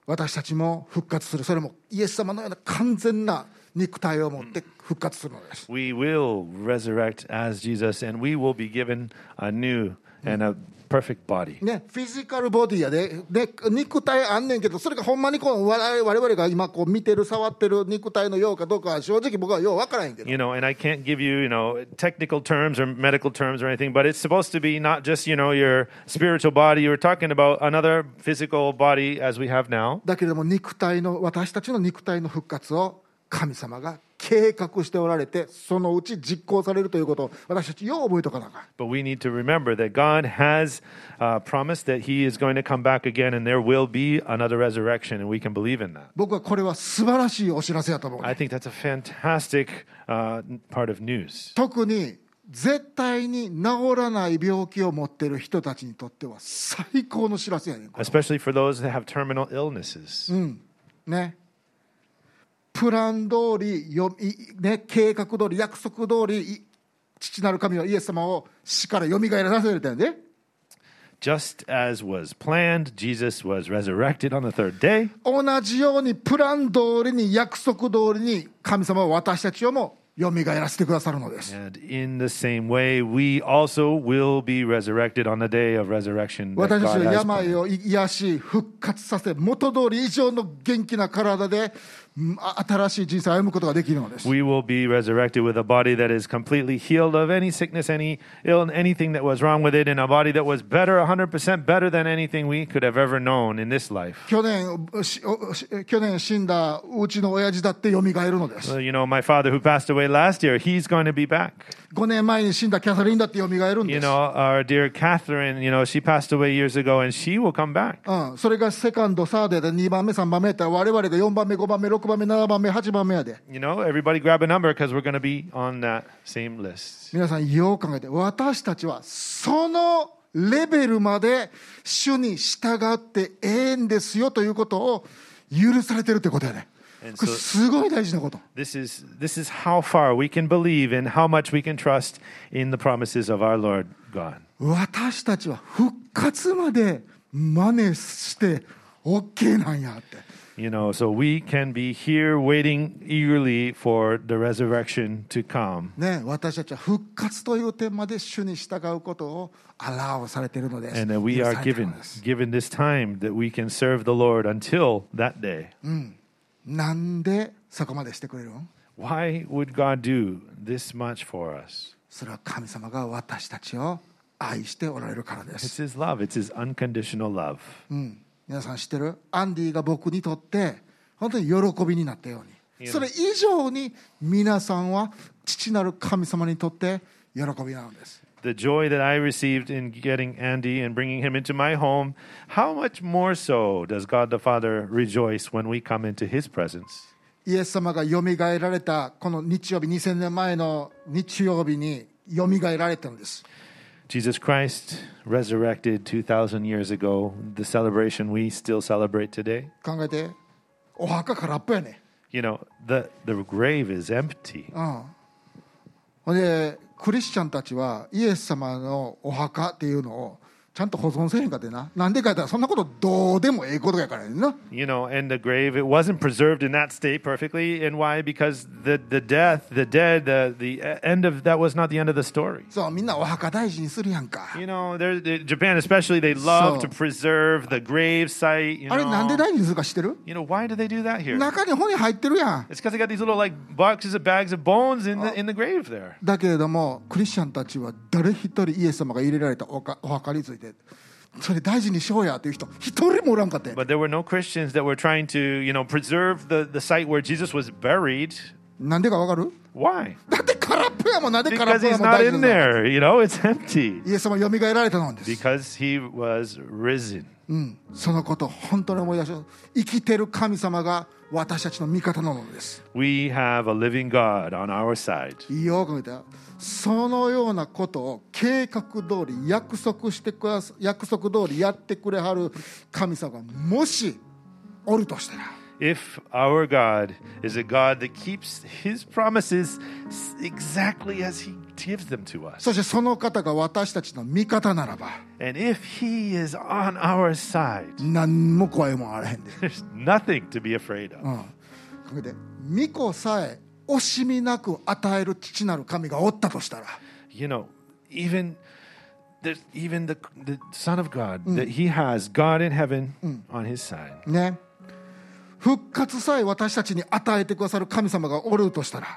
Speaker 1: 私たちも復活する、それもイエス様のような完全な肉体を持って復活するのです。
Speaker 2: We will resurrect as Jesus, and we will be given a new and a perfect body.
Speaker 1: ね、フィジカルボディやで、ね、肉体あんねんけど、それがほんまにこう我々我々が今こう見てる、触ってる肉体のようかどうかは正直僕はようわからへんけど、
Speaker 2: You know, and I can't give you, you know, technical terms or medical terms or anything, but it's supposed to be not just, you know, your spiritual body. We're talking about another physical body as we have now.
Speaker 1: だけれども肉体の、私たちの肉体の復活を神様が計画しておられて、そのうち実行されるということを私たちよう覚えとかなあかん。
Speaker 2: But we need to remember that God has uh, promised that He is going to come back again, and there will be another resurrection, and we can believe in that.
Speaker 1: 僕はこれは素晴らしいお知らせやと思う。
Speaker 2: I think that's a fantastic uh, part of news.
Speaker 1: 特に絶対に治らない病気を持ってる人たちにとっては最高の知らせやねんこ
Speaker 2: especially for those that have terminal illnesses.
Speaker 1: れねプラン通りよいね、計画通り約束通りい父なる神はイエス様を死からよみがえらせれたんやで
Speaker 2: Just as was planned, Jesus was resurrected on the third day.
Speaker 1: 同じようにプラン通りに約束通りに神様は私たちをもよみがえらせてくださるのです
Speaker 2: And in the same way, we also will be resurrected on the day of resurrection. that
Speaker 1: 私た
Speaker 2: God
Speaker 1: ちは
Speaker 2: has planned.
Speaker 1: 病を癒し復活させ元通り以上の元気な体でうんあ新しい人生を歩むことができるのです
Speaker 2: We will be resurrected with a body that is completely healed of any sickness, any ill, anything that was wrong with it, and a body that was better, 100% better than anything we could have ever known in this life.
Speaker 1: 去年しおし去年死んだうちの親父だって蘇るのです
Speaker 2: So, you know, my father who passed away last year, he's going to be back.
Speaker 1: 5年前に死んだキャサリンだって蘇るん
Speaker 2: You
Speaker 1: です
Speaker 2: know, our dear Catherine, you know, she passed away years ago and she will come back.
Speaker 1: うん、それがセカンド、サードやで2番目、3番目やったら、我々が4番目、5番目、6番目、7番目、8番目やで、
Speaker 2: You know, everybody grab a number because we're going to be on that same list.
Speaker 1: 皆さん、よう考えて、私たちはそのレベルまで主に従ってええんですよということを許されてるってことやね。
Speaker 2: And
Speaker 1: これ
Speaker 2: so-
Speaker 1: すごい大事なこと。
Speaker 2: This is this is how far we can believe and how much we can trust in the promises of our Lord God.
Speaker 1: 私たちは復活まで真似して OK なんやって。
Speaker 2: You know, so we can be here waiting eagerly for the resurrection to come.
Speaker 1: ね、私たちは復活という点まで主に従うことを表されているのです。
Speaker 2: And that we
Speaker 1: 許
Speaker 2: are
Speaker 1: されている
Speaker 2: given
Speaker 1: のです。
Speaker 2: given this time that we can serve the Lord until that day.
Speaker 1: なんでそこまでしてくれるの
Speaker 2: Why would God do this much for us?
Speaker 1: それは神様が私たちを愛しておられるからで
Speaker 2: It's
Speaker 1: す。
Speaker 2: his love. It's his unconditional love.
Speaker 1: うん、皆さん知ってるアンディが僕にとって本当に喜びになったように。それ以上に皆さんは父なる神様にとって喜びなのです。
Speaker 2: The joy that I received in getting Andy and bringing him into my home, how much more so does God the Father rejoice when we come into his presence?
Speaker 1: イエス様がよみがえられたこの日曜日2000年前の日曜日によみがえられたんです。
Speaker 2: Jesus Christ resurrected 2,000 years ago, the celebration we still celebrate today.
Speaker 1: 考えてお墓空っぽやね
Speaker 2: you know, the, the grave is empty.
Speaker 1: うん、ほんでクリスチャンたちはイエス様のお墓っていうのをちゃんと保存せへんかってななんでかやったらそんなことどうでもええことやからやねんな
Speaker 2: You know, and the grave, it wasn't preserved in that state perfectly. And why? Because the, the death, the dead, the, the e-, end of that was not the end of the story.
Speaker 1: そうみんなお墓大事にするやんか
Speaker 2: You know, they're, they- Japan especially, they love
Speaker 1: So-
Speaker 2: to preserve the grave site. You
Speaker 1: あれなんで
Speaker 2: know,
Speaker 1: 大事にするか知ってる
Speaker 2: you know why do they do that here?
Speaker 1: 中に骨入ってるやん
Speaker 2: It's because they got these little like boxes of bags of bones in the in the grave there.
Speaker 1: だけれどもクリスチャンたちは誰一人イエス様が入れられたお墓お墓についてそれ大事にしようやっていう人一人もおらんかって
Speaker 2: But there were no Christians that were trying to, you know, preserve the, the site where Jesus was buried.
Speaker 1: なんでかわかる
Speaker 2: Why?
Speaker 1: だって空っぽやもんなんで空っ
Speaker 2: Because
Speaker 1: ぽや
Speaker 2: he's
Speaker 1: もん
Speaker 2: not
Speaker 1: 大事
Speaker 2: in
Speaker 1: なの
Speaker 2: there. You know, it's empty.
Speaker 1: イエス様よみがえられたのです、
Speaker 2: Because he was risen.
Speaker 1: うん、そのこと本当に思い出します生きてる神様が私たちの味方なのです
Speaker 2: We have a living God on our side.
Speaker 1: よく見てそのようなことを計画通り約束してくださ約束通りやってくれはる神様がもしおるとしたら
Speaker 2: If our God is a God that keeps his promises s- exactly as he gives them to us,
Speaker 1: そしてその方が私たちの味方ならば
Speaker 2: and if he is on our side,
Speaker 1: 何も怖いもんあらへんで、
Speaker 2: there's nothing to be afraid of.
Speaker 1: うん、かけて巫女さえ惜しみなく与える父なる神がおったとしたら
Speaker 2: you know, even there's even the the Son of God that He has God in heaven on His side.
Speaker 1: ね復活さえ私たちに与えてくださる神様がおるとしたら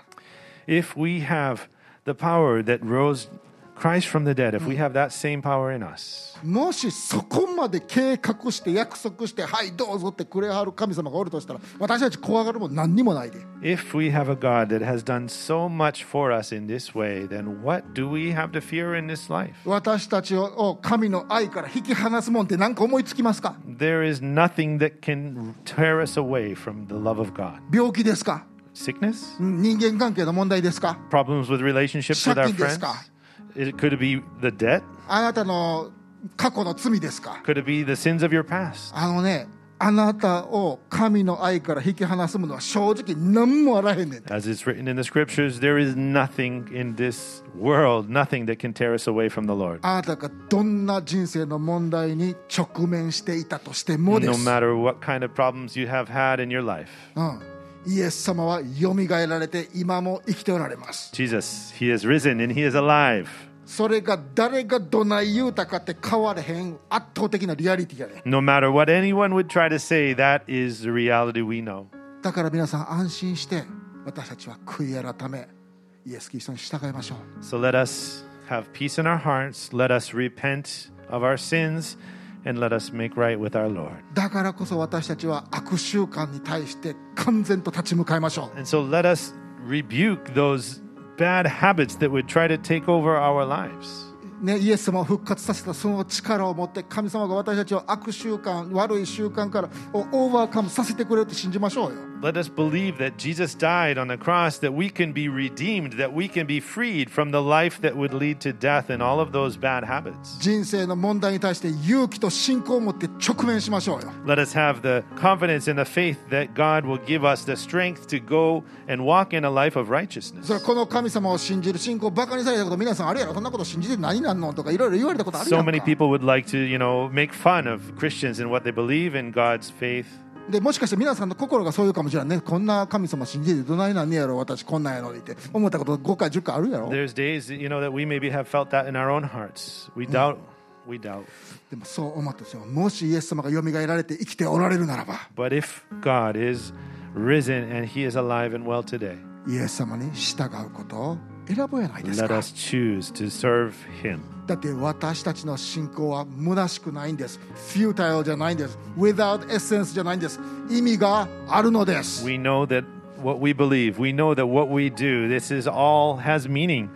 Speaker 2: If we have the power that rose Christ from the dead, if we have that same power in us,
Speaker 1: もしそこまで計画して約束してはいどうぞってくれはる神様がおるとしたら私たち怖がるもん何にもないで
Speaker 2: if we have a God that has done so much for us in this way, then what do we have to fear in this life?
Speaker 1: 私たちを神の愛から引き離すもんって何か思いつきますか
Speaker 2: There is nothing that can tear us away from the love of God.
Speaker 1: 病気ですか
Speaker 2: Sickness,
Speaker 1: 人間関係の問題ですか
Speaker 2: problems with relationships with our
Speaker 1: 借金ですか？
Speaker 2: friends. It could be the debt.
Speaker 1: あなたの過去の罪ですか
Speaker 2: Could it be the sins of your past?
Speaker 1: あのねあなたを神の愛から引き離すものは正直何もあらへんねんて
Speaker 2: As it's written in the scriptures, there is nothing in this world, nothing that can tear us away from the Lord.
Speaker 1: あなたがどんな人生の問題に直面していたとしてもで
Speaker 2: No
Speaker 1: す、
Speaker 2: matter what kind of problems you have had in your life,
Speaker 1: うん、イエス様はよみがえられて今も生きておられます
Speaker 2: Jesus, He is risen and He is alive.
Speaker 1: それが誰がどない言うたかって変われへん圧倒的なリアリティやね
Speaker 2: No matter what anyone would try to say, that is the reality we know.
Speaker 1: だから皆さん安心して私たちは悔い改めイエス・キリストに従いましょう
Speaker 2: So let us have peace in our hearts, let us repent of our sins, and let us make right with our Lord.
Speaker 1: だからこそ私たちは悪習慣に対して完全と立ち向かいましょう
Speaker 2: And so let us rebuke those bad habits that would try to take over our lives.
Speaker 1: ね、イエス様を復活させたその力を持って神様が私たちを悪習慣悪い習慣からをオーバーカムさせてくれると信じましょうよ
Speaker 2: Let us believe that Jesus died on the cross, that we can be redeemed, that we can be freed from the life that would lead to death and all of those bad habits.
Speaker 1: 人生の問題に対して勇気と信仰を持って直面しましょうよ
Speaker 2: Let us have the confidence and the faith that God will give us the strength to go and walk in a life of righteousness.
Speaker 1: それはこの神様を信じる信仰をバカにされたこと皆さんあるやろそんなこと信じて何なんのとかいろいろ言われたことあるや
Speaker 2: So
Speaker 1: んか
Speaker 2: many people would like to, you know, make fun of Christians and what they believe in God's faith.
Speaker 1: でもしかして皆さんの心がそういうかもしれないねこんな神様信じてどないなんねやろ私こんなんやのにって思ったこと5回10回あるやろ
Speaker 2: There's days, you know, that we maybe have felt that in our own hearts. We doubt, we doubt.
Speaker 1: でもそう思ったとしてももしイエス様がよみがえられて生きておられるならば
Speaker 2: But if God is risen and he is alive and well today,
Speaker 1: イエス様に従うことを選ぶやないです
Speaker 2: Let
Speaker 1: か
Speaker 2: us choose to serve him.
Speaker 1: だって私たちの信仰は虚しくないんですフュータイルじゃないんです without essence じゃないんです意味があるのです
Speaker 2: We know that what we believe, we know that what we do, this is all has meaning.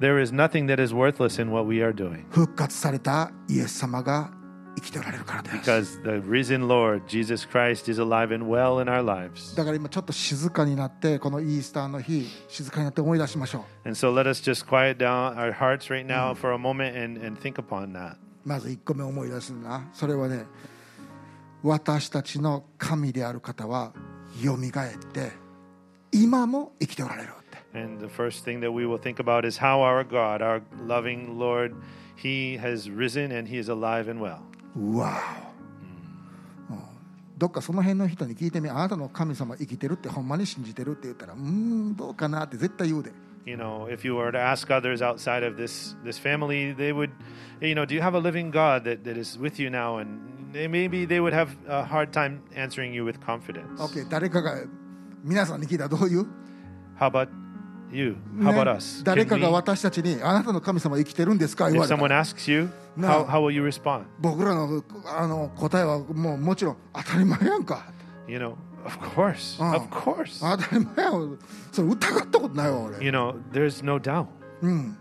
Speaker 2: There is nothing that is worthless in what we are doing
Speaker 1: 復活されたイエス様が生きておられるからです
Speaker 2: because the risen Lord Jesus Christ is alive and well in our lives.
Speaker 1: だから今ちょっと静かになってこのイースターの日静かになって思い出しましょ
Speaker 2: And so let us just quiet down our hearts right now for a moment and, and think upon that.
Speaker 1: うまず1個目思い出すなそれはね私たちの神である方はよみがえって今も生きておられるって
Speaker 2: And the first thing that we will think about is how our God, our loving Lord, He has risen and He is alive and well.
Speaker 1: うわおうんどっかその辺の人に聞いてみあなたの神様生きてるってほんまに信じてるって言ったらうーんどうかなって絶対言うで
Speaker 2: You know, if you were to ask others outside of this this family, they would, you know, do you have a living God that, that is with you now? And they, maybe they would have a hard time answering you with confidence.
Speaker 1: OK 誰かが皆さんに聞いたらどういう
Speaker 2: How about you? How
Speaker 1: ね
Speaker 2: about us?
Speaker 1: 誰
Speaker 2: Can
Speaker 1: かが
Speaker 2: we-
Speaker 1: 私たちにあなたの神様生きてるんですか言
Speaker 2: if
Speaker 1: われた
Speaker 2: someone
Speaker 1: ら
Speaker 2: asks you,
Speaker 1: No.
Speaker 2: how, how will you respond?
Speaker 1: 僕らのあの答えはもうもちろん当たり前やんか
Speaker 2: You know, of course,
Speaker 1: Oh.
Speaker 2: of course.
Speaker 1: 当たり前やんそれ疑ったことないわ俺
Speaker 2: You know, there's no doubt.
Speaker 1: うん、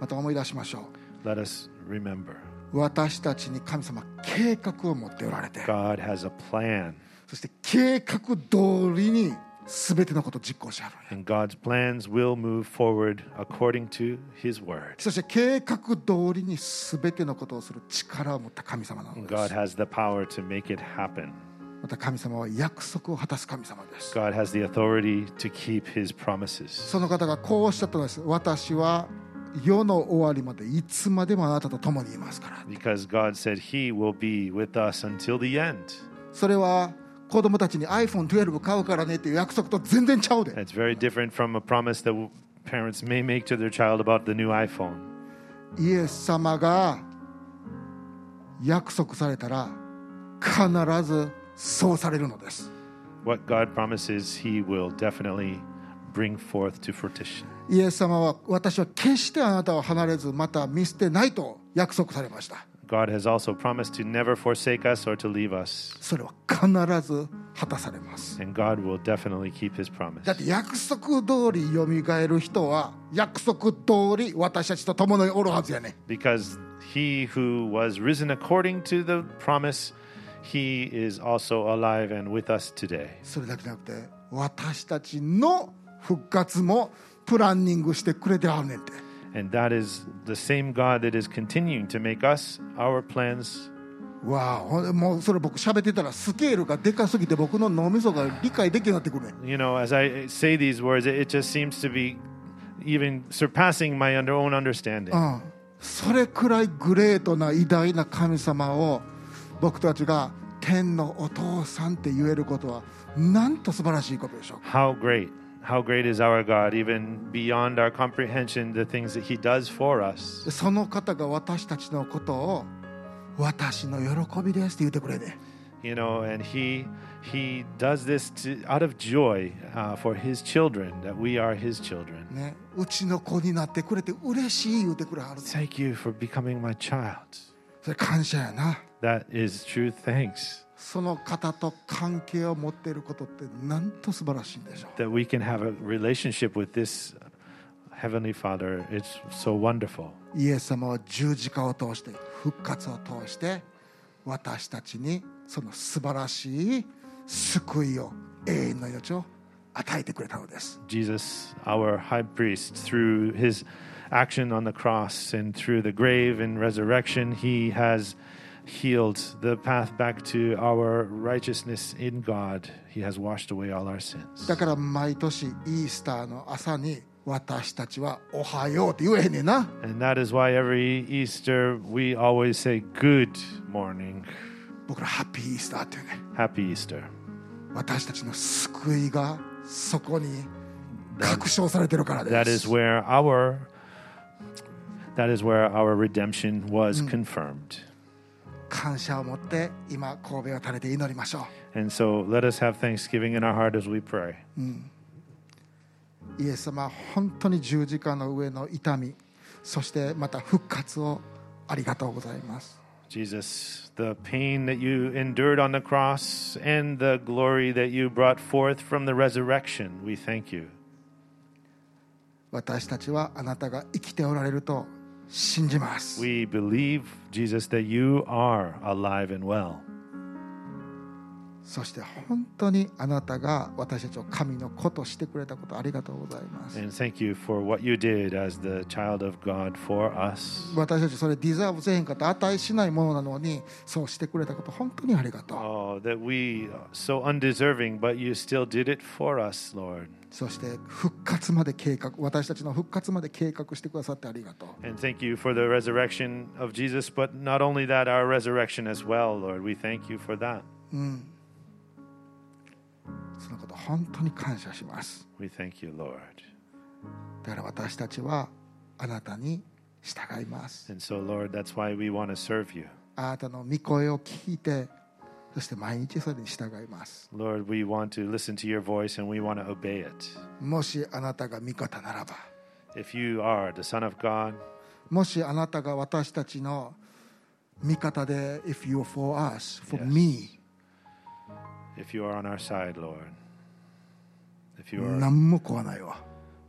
Speaker 1: また思い出しましょ
Speaker 2: Let us remember
Speaker 1: う私たちに神様計画を持っておられて
Speaker 2: God has a plan,
Speaker 1: そして計画通りに全てのことを実行しはるんや
Speaker 2: and God's plans will move forward according to His word.
Speaker 1: そして計画通りに全てのことをする力を持った神様なので
Speaker 2: God
Speaker 1: す
Speaker 2: has the power to make it happen.
Speaker 1: また神様は約束を果たす神様です
Speaker 2: God has the authority to keep His promises.
Speaker 1: その方がこうおっしゃったのです私は世の終わりまでいつまでもあなたと共にいますから
Speaker 2: Because God said He will be with us until the end.
Speaker 1: それは子供たちに iPhone12 買うからねっていう約束と全然ちゃうで
Speaker 2: That's very different from a promise that w- parents may make to their child about the new iPhone.
Speaker 1: イエス様が約束されたら必ずそうされるのです
Speaker 2: What God promises, He will definitely bring forth to fruition.
Speaker 1: イエス様は私は決してあなたを離れずまた見捨てないと約束されました
Speaker 2: God has also promised to never forsake us or to leave us,
Speaker 1: それは必ず果たされます
Speaker 2: and God will definitely keep His promise.
Speaker 1: だって約束通りよみがえる人は約束通り私たちと共におるはずやね
Speaker 2: Because He who was risen according to the promise, He is also alive and with us today.
Speaker 1: それだけじゃなくて私たちの復活もプランニングしてくれてはるねんて
Speaker 2: And that is the same God that is continuing to make us our plans.
Speaker 1: わあほんでもうそれ僕喋ってたらスケールがでかすぎて僕の脳みそが理解できなくなってくるね
Speaker 2: You know, as I say these words, it it just seems to be even surpassing my under- own understanding.
Speaker 1: うんそれくらいグレートな偉大な神様を僕たちが天のお父さんって言えることはなんと素晴らしいことでしょうか
Speaker 2: How great. How great is our God, even beyond our comprehension, the things that He does for us.
Speaker 1: でその方が私たちのことを私の喜びですって言ってくれて
Speaker 2: you know and he he does this to, out of joy uh, for his children that we are his children
Speaker 1: ねうちの子になってくれて嬉しい言ってくれはるね
Speaker 2: thank you for becoming my child
Speaker 1: それ感謝やな
Speaker 2: that is true thanks
Speaker 1: その方と関係を持っていることってなんと素晴らしいんでしょう
Speaker 2: that we can have a relationship with this heavenly father it's so wonderful
Speaker 1: イエス様は十字架を通して復活を通して私たちにその素晴らしい救いを永遠の命を与えてくれたのです
Speaker 2: jesus our high priest through his action on the cross and through the grave and resurrection he has healed the path back to our righteousness in god he has washed away all our sins
Speaker 1: だから毎年イースターの朝に私たちは「おはよう」って言えへんねんな
Speaker 2: And that is why every Easter we always say, Good morning,
Speaker 1: 僕ら「ハッピーイースター」って言うね
Speaker 2: Happy Easter.
Speaker 1: 私たちの救いがそこに確証されてるから
Speaker 2: That
Speaker 1: で
Speaker 2: is
Speaker 1: す
Speaker 2: where our that is where our redemption was confirmed.
Speaker 1: 感謝を持って今神戸を垂れて祈りましょ
Speaker 2: And so let us have thanksgiving in our heart as we pray.
Speaker 1: うイエス様は本当に十字架の上の痛みそしてまた復活をありがとうございます
Speaker 2: Jesus, the pain that you endured on the cross and the glory that you brought forth from the resurrection, we thank you.
Speaker 1: 私たちはあなたが生きておられると信じます
Speaker 2: We believe, Jesus, that you are alive and well.
Speaker 1: そして本当にあなたが私たちを神の子としてくれたことありがとうございます
Speaker 2: And thank you for what you did as the child of God for us.
Speaker 1: 私たちそれディザーブせえへんかった値しないものなのにそうしてくれたこと本当にありがとう
Speaker 2: Oh, that we so undeserving, but you still did it for us, Lord.
Speaker 1: そして復活まで計画私たちの復活まで計画してくださってありがとう
Speaker 2: And thank you for the resurrection of Jesus, but not only that, our resurrection as well, Lord. We thank you for that.
Speaker 1: そのこと本当に感謝します
Speaker 2: We thank you, Lord.
Speaker 1: だから私たちはあなたに従います
Speaker 2: And so, Lord, that's why we want to serve you.
Speaker 1: あなたの御声を聞いてそして毎日それに従います
Speaker 2: Lord, we want to listen to your voice and we want to obey it.
Speaker 1: もしあなたが味方ならば
Speaker 2: If you are the Son of God,
Speaker 1: もしあなたが私たちの味方で If you're for us, for
Speaker 2: Yes.
Speaker 1: me
Speaker 2: if you are on our side, Lord, if you are,
Speaker 1: 何も怖ないわ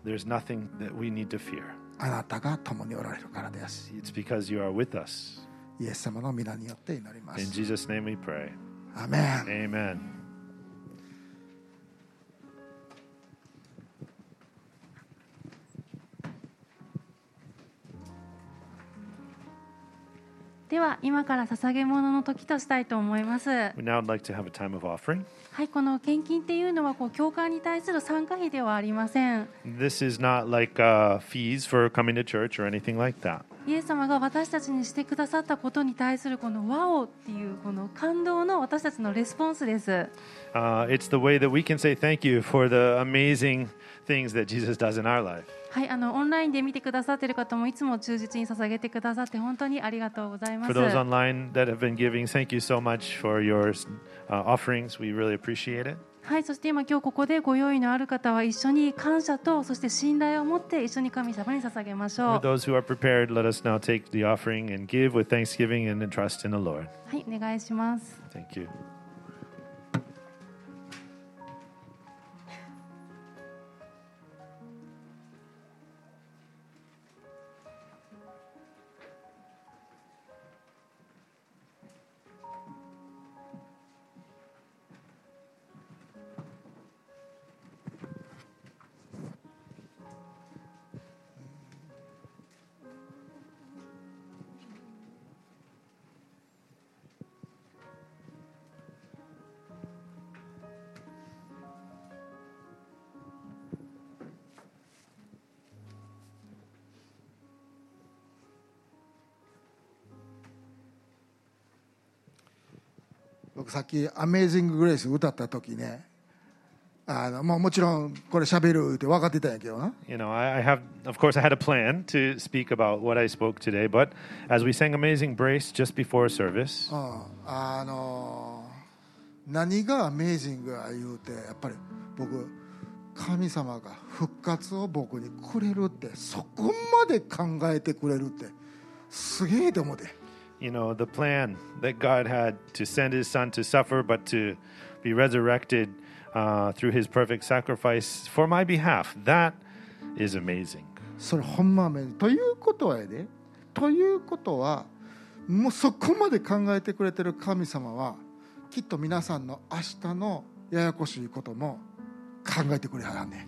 Speaker 2: there's nothing that we need to fear.
Speaker 1: あなたが共におられるからです
Speaker 2: It's because you are with us.
Speaker 1: イエス様の皆によって祈りま
Speaker 2: In
Speaker 1: す
Speaker 2: Jesus' name we pray.
Speaker 1: アメン
Speaker 2: Amen.
Speaker 3: では今から捧げ物の時としたいと思います
Speaker 2: We now would like to have a time of offering.
Speaker 3: はいこの献金っていうのはこう教会に対する参加費ではありません
Speaker 2: This is not like uh, fees for coming to church or anything like that.
Speaker 3: イエス様が私たちにしてくださったことに対するこの「ワオ!」っていうこの感動の私たちのレスポンスです。
Speaker 2: Uh, it's the way that we can say thank you for the amazing things that Jesus does in our life.
Speaker 3: はい、あのオンラインで見てくださっている方もいつも忠実に捧げてくださって本当にありがとうございます
Speaker 2: For。those online that have been giving, thank you so much for your uh, offerings. We really appreciate it.
Speaker 3: はい、そして今今日ここでご用意のある方は一緒に感謝とそして信頼を持って一緒に神様に捧げましょ
Speaker 2: For
Speaker 3: う。
Speaker 2: those who are prepared, let us now take the offering and give with thanksgiving and trust in the Lord.
Speaker 3: はい、お願いします。
Speaker 2: Thank you.
Speaker 1: 僕さっき「アメイジング・グレイス」歌った時ねあのもうもちろんこれ喋るって分かってたんやけどな
Speaker 2: You know, I, I have, of course, I had a plan to speak about what I spoke today, but as we sang Amazing Grace just before service,
Speaker 1: うんあの何がアメイジングや言うてやっぱり僕神様が復活を僕にくれるってそこまで考えてくれるってすげえと思って
Speaker 2: you know, the plan that God had to send his son to suffer, but to be resurrected uh, through his perfect sacrifice for my behalf, that is amazing.
Speaker 1: それほんまアメイジングということはやでということはもうそこまで考えてくれてる神様はきっと皆さんの明日のややこしいことも考えてくれはらんね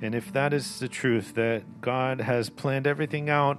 Speaker 1: ん
Speaker 2: And if that is the truth, that God has planned everything out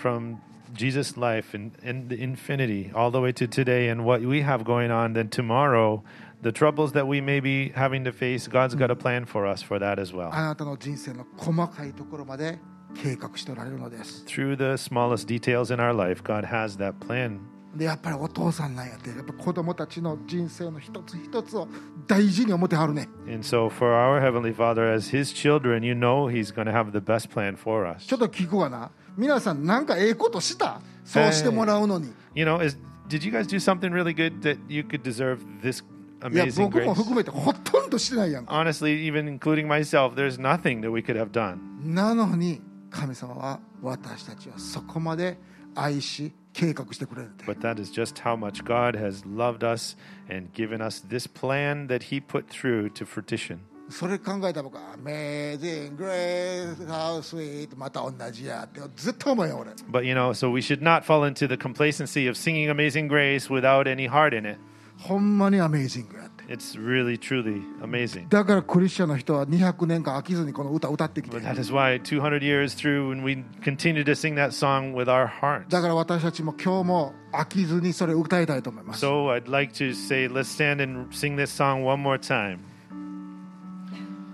Speaker 2: from Jesus' life and, and the infinity all the way to today and what we have going on, then tomorrow, the troubles that we may be having to face, God's got a plan for us for that as
Speaker 1: あ
Speaker 2: well.
Speaker 1: なたの人生の細かいところまで計画しておられるのです
Speaker 2: Through the smallest details in our life, God has that plan.
Speaker 1: でやっぱりお父さんなんやってやっぱ子供たちの人生の一つ一つを大事に思ってはるね
Speaker 2: And so, for our Heavenly Father, as His children, you know He's going to have the best plan for us.
Speaker 1: ちょっと聞くわな皆さんなんかええことしたそうしてもらうのに、
Speaker 2: You know, is, did you guys do something really good that you could deserve this
Speaker 1: いや
Speaker 2: amazing
Speaker 1: 僕も
Speaker 2: grace?
Speaker 1: 含めてほとんどしてないやんか
Speaker 2: honestly, even including myself, there's nothing that we could have done.
Speaker 1: なのに神様は私たちをそこまで愛し計画してくれるって
Speaker 2: But that is just how much God has loved us and given us this plan that He put through to fruition.
Speaker 1: それ考えたら僕は「Amazing Grace How Sweet」また同じやってずっと思うよ俺
Speaker 2: But you know, so we should not fall into the complacency of singing Amazing Grace without any heart in it.
Speaker 1: ほほんまにアメイジングやって
Speaker 2: It's really, truly amazing.
Speaker 1: だからクリスチャンの人は200年間飽きずにこの歌歌ってきて
Speaker 2: But that is why 200 years through, and we continue to sing that song with our hearts.
Speaker 1: だから私たちも今日も飽きずにそれを歌いたいと思います
Speaker 2: So I'd like to say, let's stand and sing this song one more time.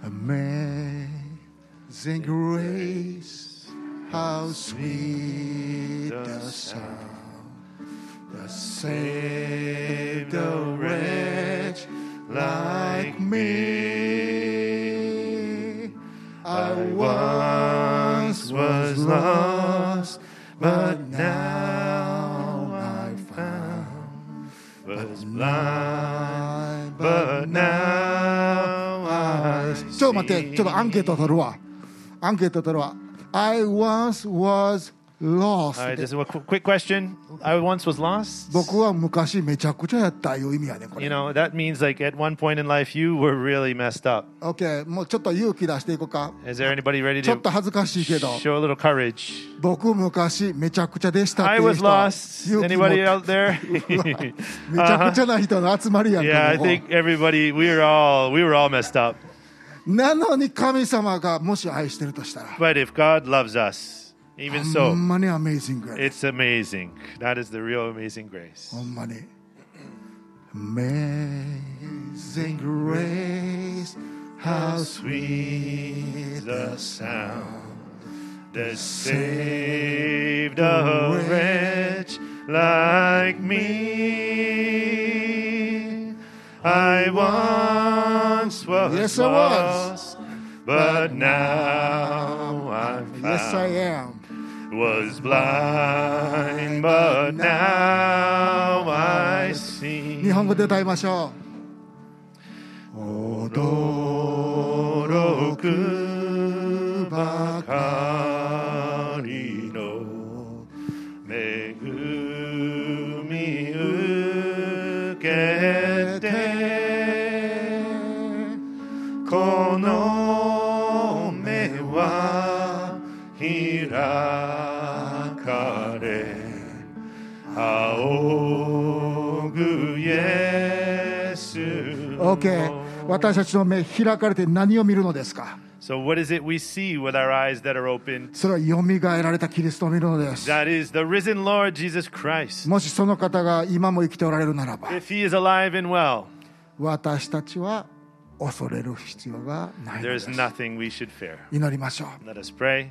Speaker 1: Amazing grace, how sweet the sound that saved a wretch like me. I once was lost, but now I found.
Speaker 2: Was blind,
Speaker 1: I-
Speaker 2: but now I
Speaker 1: ちょっと待って、ちょっとアンケート取るわ。アンケート取るわ。I once was
Speaker 2: All right, this
Speaker 1: lost.
Speaker 2: is a qu- quick question. I once was lost.
Speaker 1: 僕は昔めちゃくちゃやったいう意味やねこ
Speaker 2: You
Speaker 1: れ。
Speaker 2: know, that means like at one point in life you were really messed up.
Speaker 1: OK、もうちょっと勇気出していこうか。
Speaker 2: Is there anybody ready
Speaker 1: ちょっと
Speaker 2: to
Speaker 1: 恥ずかしいけど、
Speaker 2: show a little courage?
Speaker 1: 僕昔めちゃくちゃでしたって
Speaker 2: I
Speaker 1: いう
Speaker 2: was
Speaker 1: 人。
Speaker 2: lost.
Speaker 1: 勇気持って
Speaker 2: Anybody out there? Uh-huh.
Speaker 1: めちゃくちゃな人の集まりやん
Speaker 2: yeah,
Speaker 1: か
Speaker 2: I
Speaker 1: もう
Speaker 2: think everybody. We were all we were all messed up.
Speaker 1: なのに神様がもし愛してるとしたら、
Speaker 2: But if God loves us, even
Speaker 1: ほ
Speaker 2: so,
Speaker 1: んまにアメイジングやね
Speaker 2: it's amazing. That is the real amazing grace.
Speaker 1: ほんまに。Amazing grace, how sweet the sound
Speaker 2: that saved a wretch like me. I once was
Speaker 1: Yes, I was.
Speaker 2: lost, but now I'm found.
Speaker 1: Yes, I am.
Speaker 2: Was blind, but now I
Speaker 1: 日
Speaker 2: see.
Speaker 1: 本語で歌いましょう。驚くばかりの
Speaker 2: 恵み受けてこの目は開かれ仰ぐイエス
Speaker 1: OK 私たちの目開かれて何を見るのですか
Speaker 2: So what is it we see with our eyes that are open?
Speaker 1: それはよみがえられたキリストを見るのです
Speaker 2: That is the risen Lord Jesus Christ.
Speaker 1: もしその方が今も生きておられるならば
Speaker 2: If he is alive and well,
Speaker 1: 私たちは恐れる必要がないの
Speaker 2: there
Speaker 1: で
Speaker 2: is
Speaker 1: す
Speaker 2: nothing we should fear.
Speaker 1: 祈りましょう
Speaker 2: Let us pray.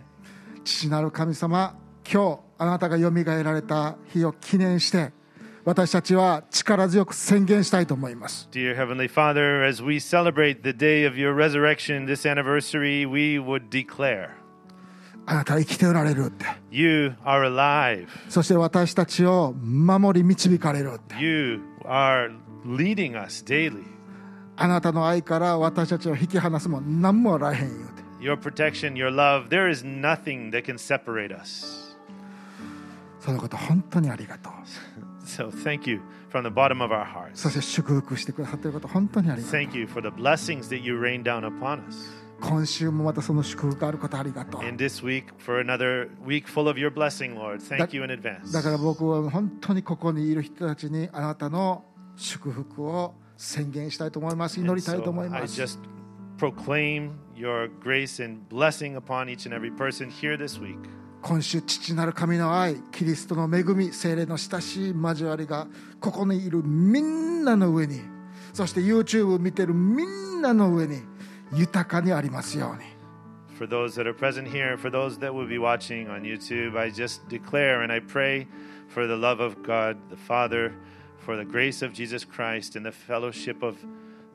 Speaker 1: 父なる神様今日あなたがよみがえられた日を記念して私たちは力強く宣言したいと思います
Speaker 2: Dear Heavenly Father, as we celebrate the day of your resurrection, this anniversary, we would declare
Speaker 1: あなたは生きておられるって
Speaker 2: you are alive.
Speaker 1: そして私たちを守り導かれるって
Speaker 2: You are leading us daily.
Speaker 1: あなたの愛から私たちを引き離すもん何もあらへんよって
Speaker 2: Your protection, your love, there is nothing that can separate us.
Speaker 1: そのこと本当にありがとう
Speaker 2: So thank you from the bottom of our hearts.
Speaker 1: そして祝福してくださっていること本当にありがとう
Speaker 2: Thank you for the blessings that you rain down upon us.
Speaker 1: 今週もまたその祝福があることありがとう
Speaker 2: And this week, for another week full of your blessing, Lord, thank you in advance.
Speaker 1: だから僕は本当にここにいる人たちにあなたの祝福を宣言したいと思います祈
Speaker 2: And
Speaker 1: りたいと
Speaker 2: so
Speaker 1: 思い
Speaker 2: I
Speaker 1: ます
Speaker 2: just proclaim your grace and blessing upon each and every person here this week.
Speaker 1: 今週父なる神の愛キリストの恵み精霊の親しい交わりがここにいるみんなの上にそして YouTube を見てるみんなの上に豊かにありますように
Speaker 2: For those that are present here, for those that will be watching on YouTube, I just declare and I pray for the love of God the Father, for the grace of Jesus Christ, and the fellowship of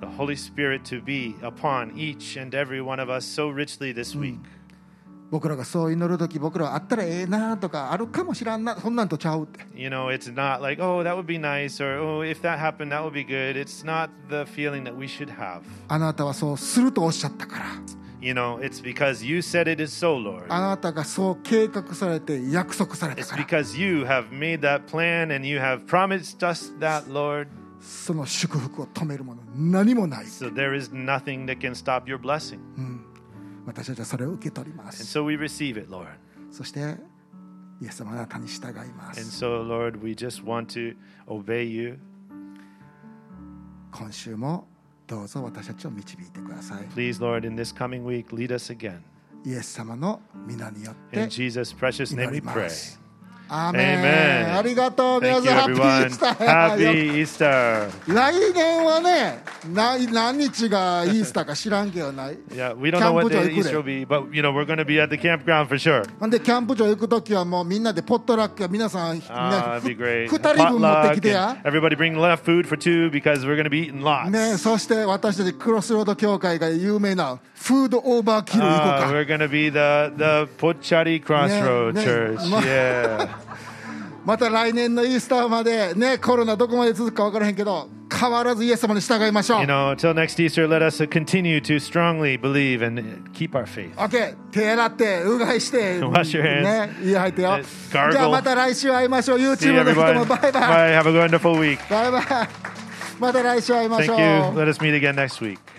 Speaker 2: the Holy Spirit to be upon each and every one of us so richly this week.
Speaker 1: 僕らがそう祈る時僕らはあったらええなとかあるかもしらんなそんなんとちゃうって
Speaker 2: You know, it's not like, oh, that would be nice, or oh, if that happened, that would be good. It's not the feeling that we should have.
Speaker 1: あなたはそうするとおっしゃったから
Speaker 2: You know, it's because you said it is so, Lord.
Speaker 1: あなたがそう計画されて約束された
Speaker 2: It's
Speaker 1: から
Speaker 2: because you have made that plan and you have promised us that, Lord.
Speaker 1: その祝福を止めるもの何もない
Speaker 2: So there is nothing that can stop your blessing.
Speaker 1: 私たちはそれを受け取りま
Speaker 2: And
Speaker 1: す
Speaker 2: so we receive it, Lord.
Speaker 1: そしてイエス様あなたに従いま
Speaker 2: And
Speaker 1: す
Speaker 2: so, Lord, we just want to obey you.
Speaker 1: 今週もどうぞ私たちを導いてください
Speaker 2: Please, Lord, in this coming week, lead us again.
Speaker 1: イエス様の皆によって
Speaker 2: In Jesus' precious name
Speaker 1: 祈
Speaker 2: we
Speaker 1: り
Speaker 2: pray.
Speaker 1: ますアーメ
Speaker 2: Amen
Speaker 1: ンありがとう皆
Speaker 2: Thank you,
Speaker 1: さんハッピーイー
Speaker 2: everyone.
Speaker 1: スタ ー
Speaker 2: Happy Easter.
Speaker 1: 来年はねな何日がイースターか知らんけどない
Speaker 2: Yeah, we don't know what
Speaker 1: キャン
Speaker 2: day
Speaker 1: プ場行く
Speaker 2: Easter
Speaker 1: で
Speaker 2: will be, but you know we're going to be at the campground for sure.
Speaker 1: ほんでキャンプ場行く時はもうみんなでポットラックや皆さんみん
Speaker 2: Ah,
Speaker 1: な
Speaker 2: that'd be
Speaker 1: 2
Speaker 2: great.
Speaker 1: 人分持ってき
Speaker 2: Potluck.
Speaker 1: てや
Speaker 2: and Everybody bring enough food for two because we're going to be eating lots.
Speaker 1: ねそして私たちクロスロード教会が有名なフードオーバーキル行こう
Speaker 2: Ah,
Speaker 1: か
Speaker 2: we're going to be the the Pochari Crossroad
Speaker 1: Yeah, yeah.
Speaker 2: Church.
Speaker 1: Ma-
Speaker 2: Yeah.
Speaker 1: また来年のイースターまでねコロナどこまで続くか分からへんけど変わらずイエス様に従いましょう
Speaker 2: you know, till next Easter, let us uh, continue to strongly believe and keep our faith.
Speaker 1: OK 手洗ってうがいして
Speaker 2: Wash your hands.
Speaker 1: ね家入ってよ
Speaker 2: Yes,
Speaker 1: じ
Speaker 2: gargle.
Speaker 1: ゃあまた来週会いましょう
Speaker 2: See you,
Speaker 1: YouTube の人
Speaker 2: everyone.
Speaker 1: もバイバイ
Speaker 2: Bye. Have a wonderful week.
Speaker 1: バイバイまた来週会いまし
Speaker 2: Thank
Speaker 1: ょう
Speaker 2: you. Let us meet again next week.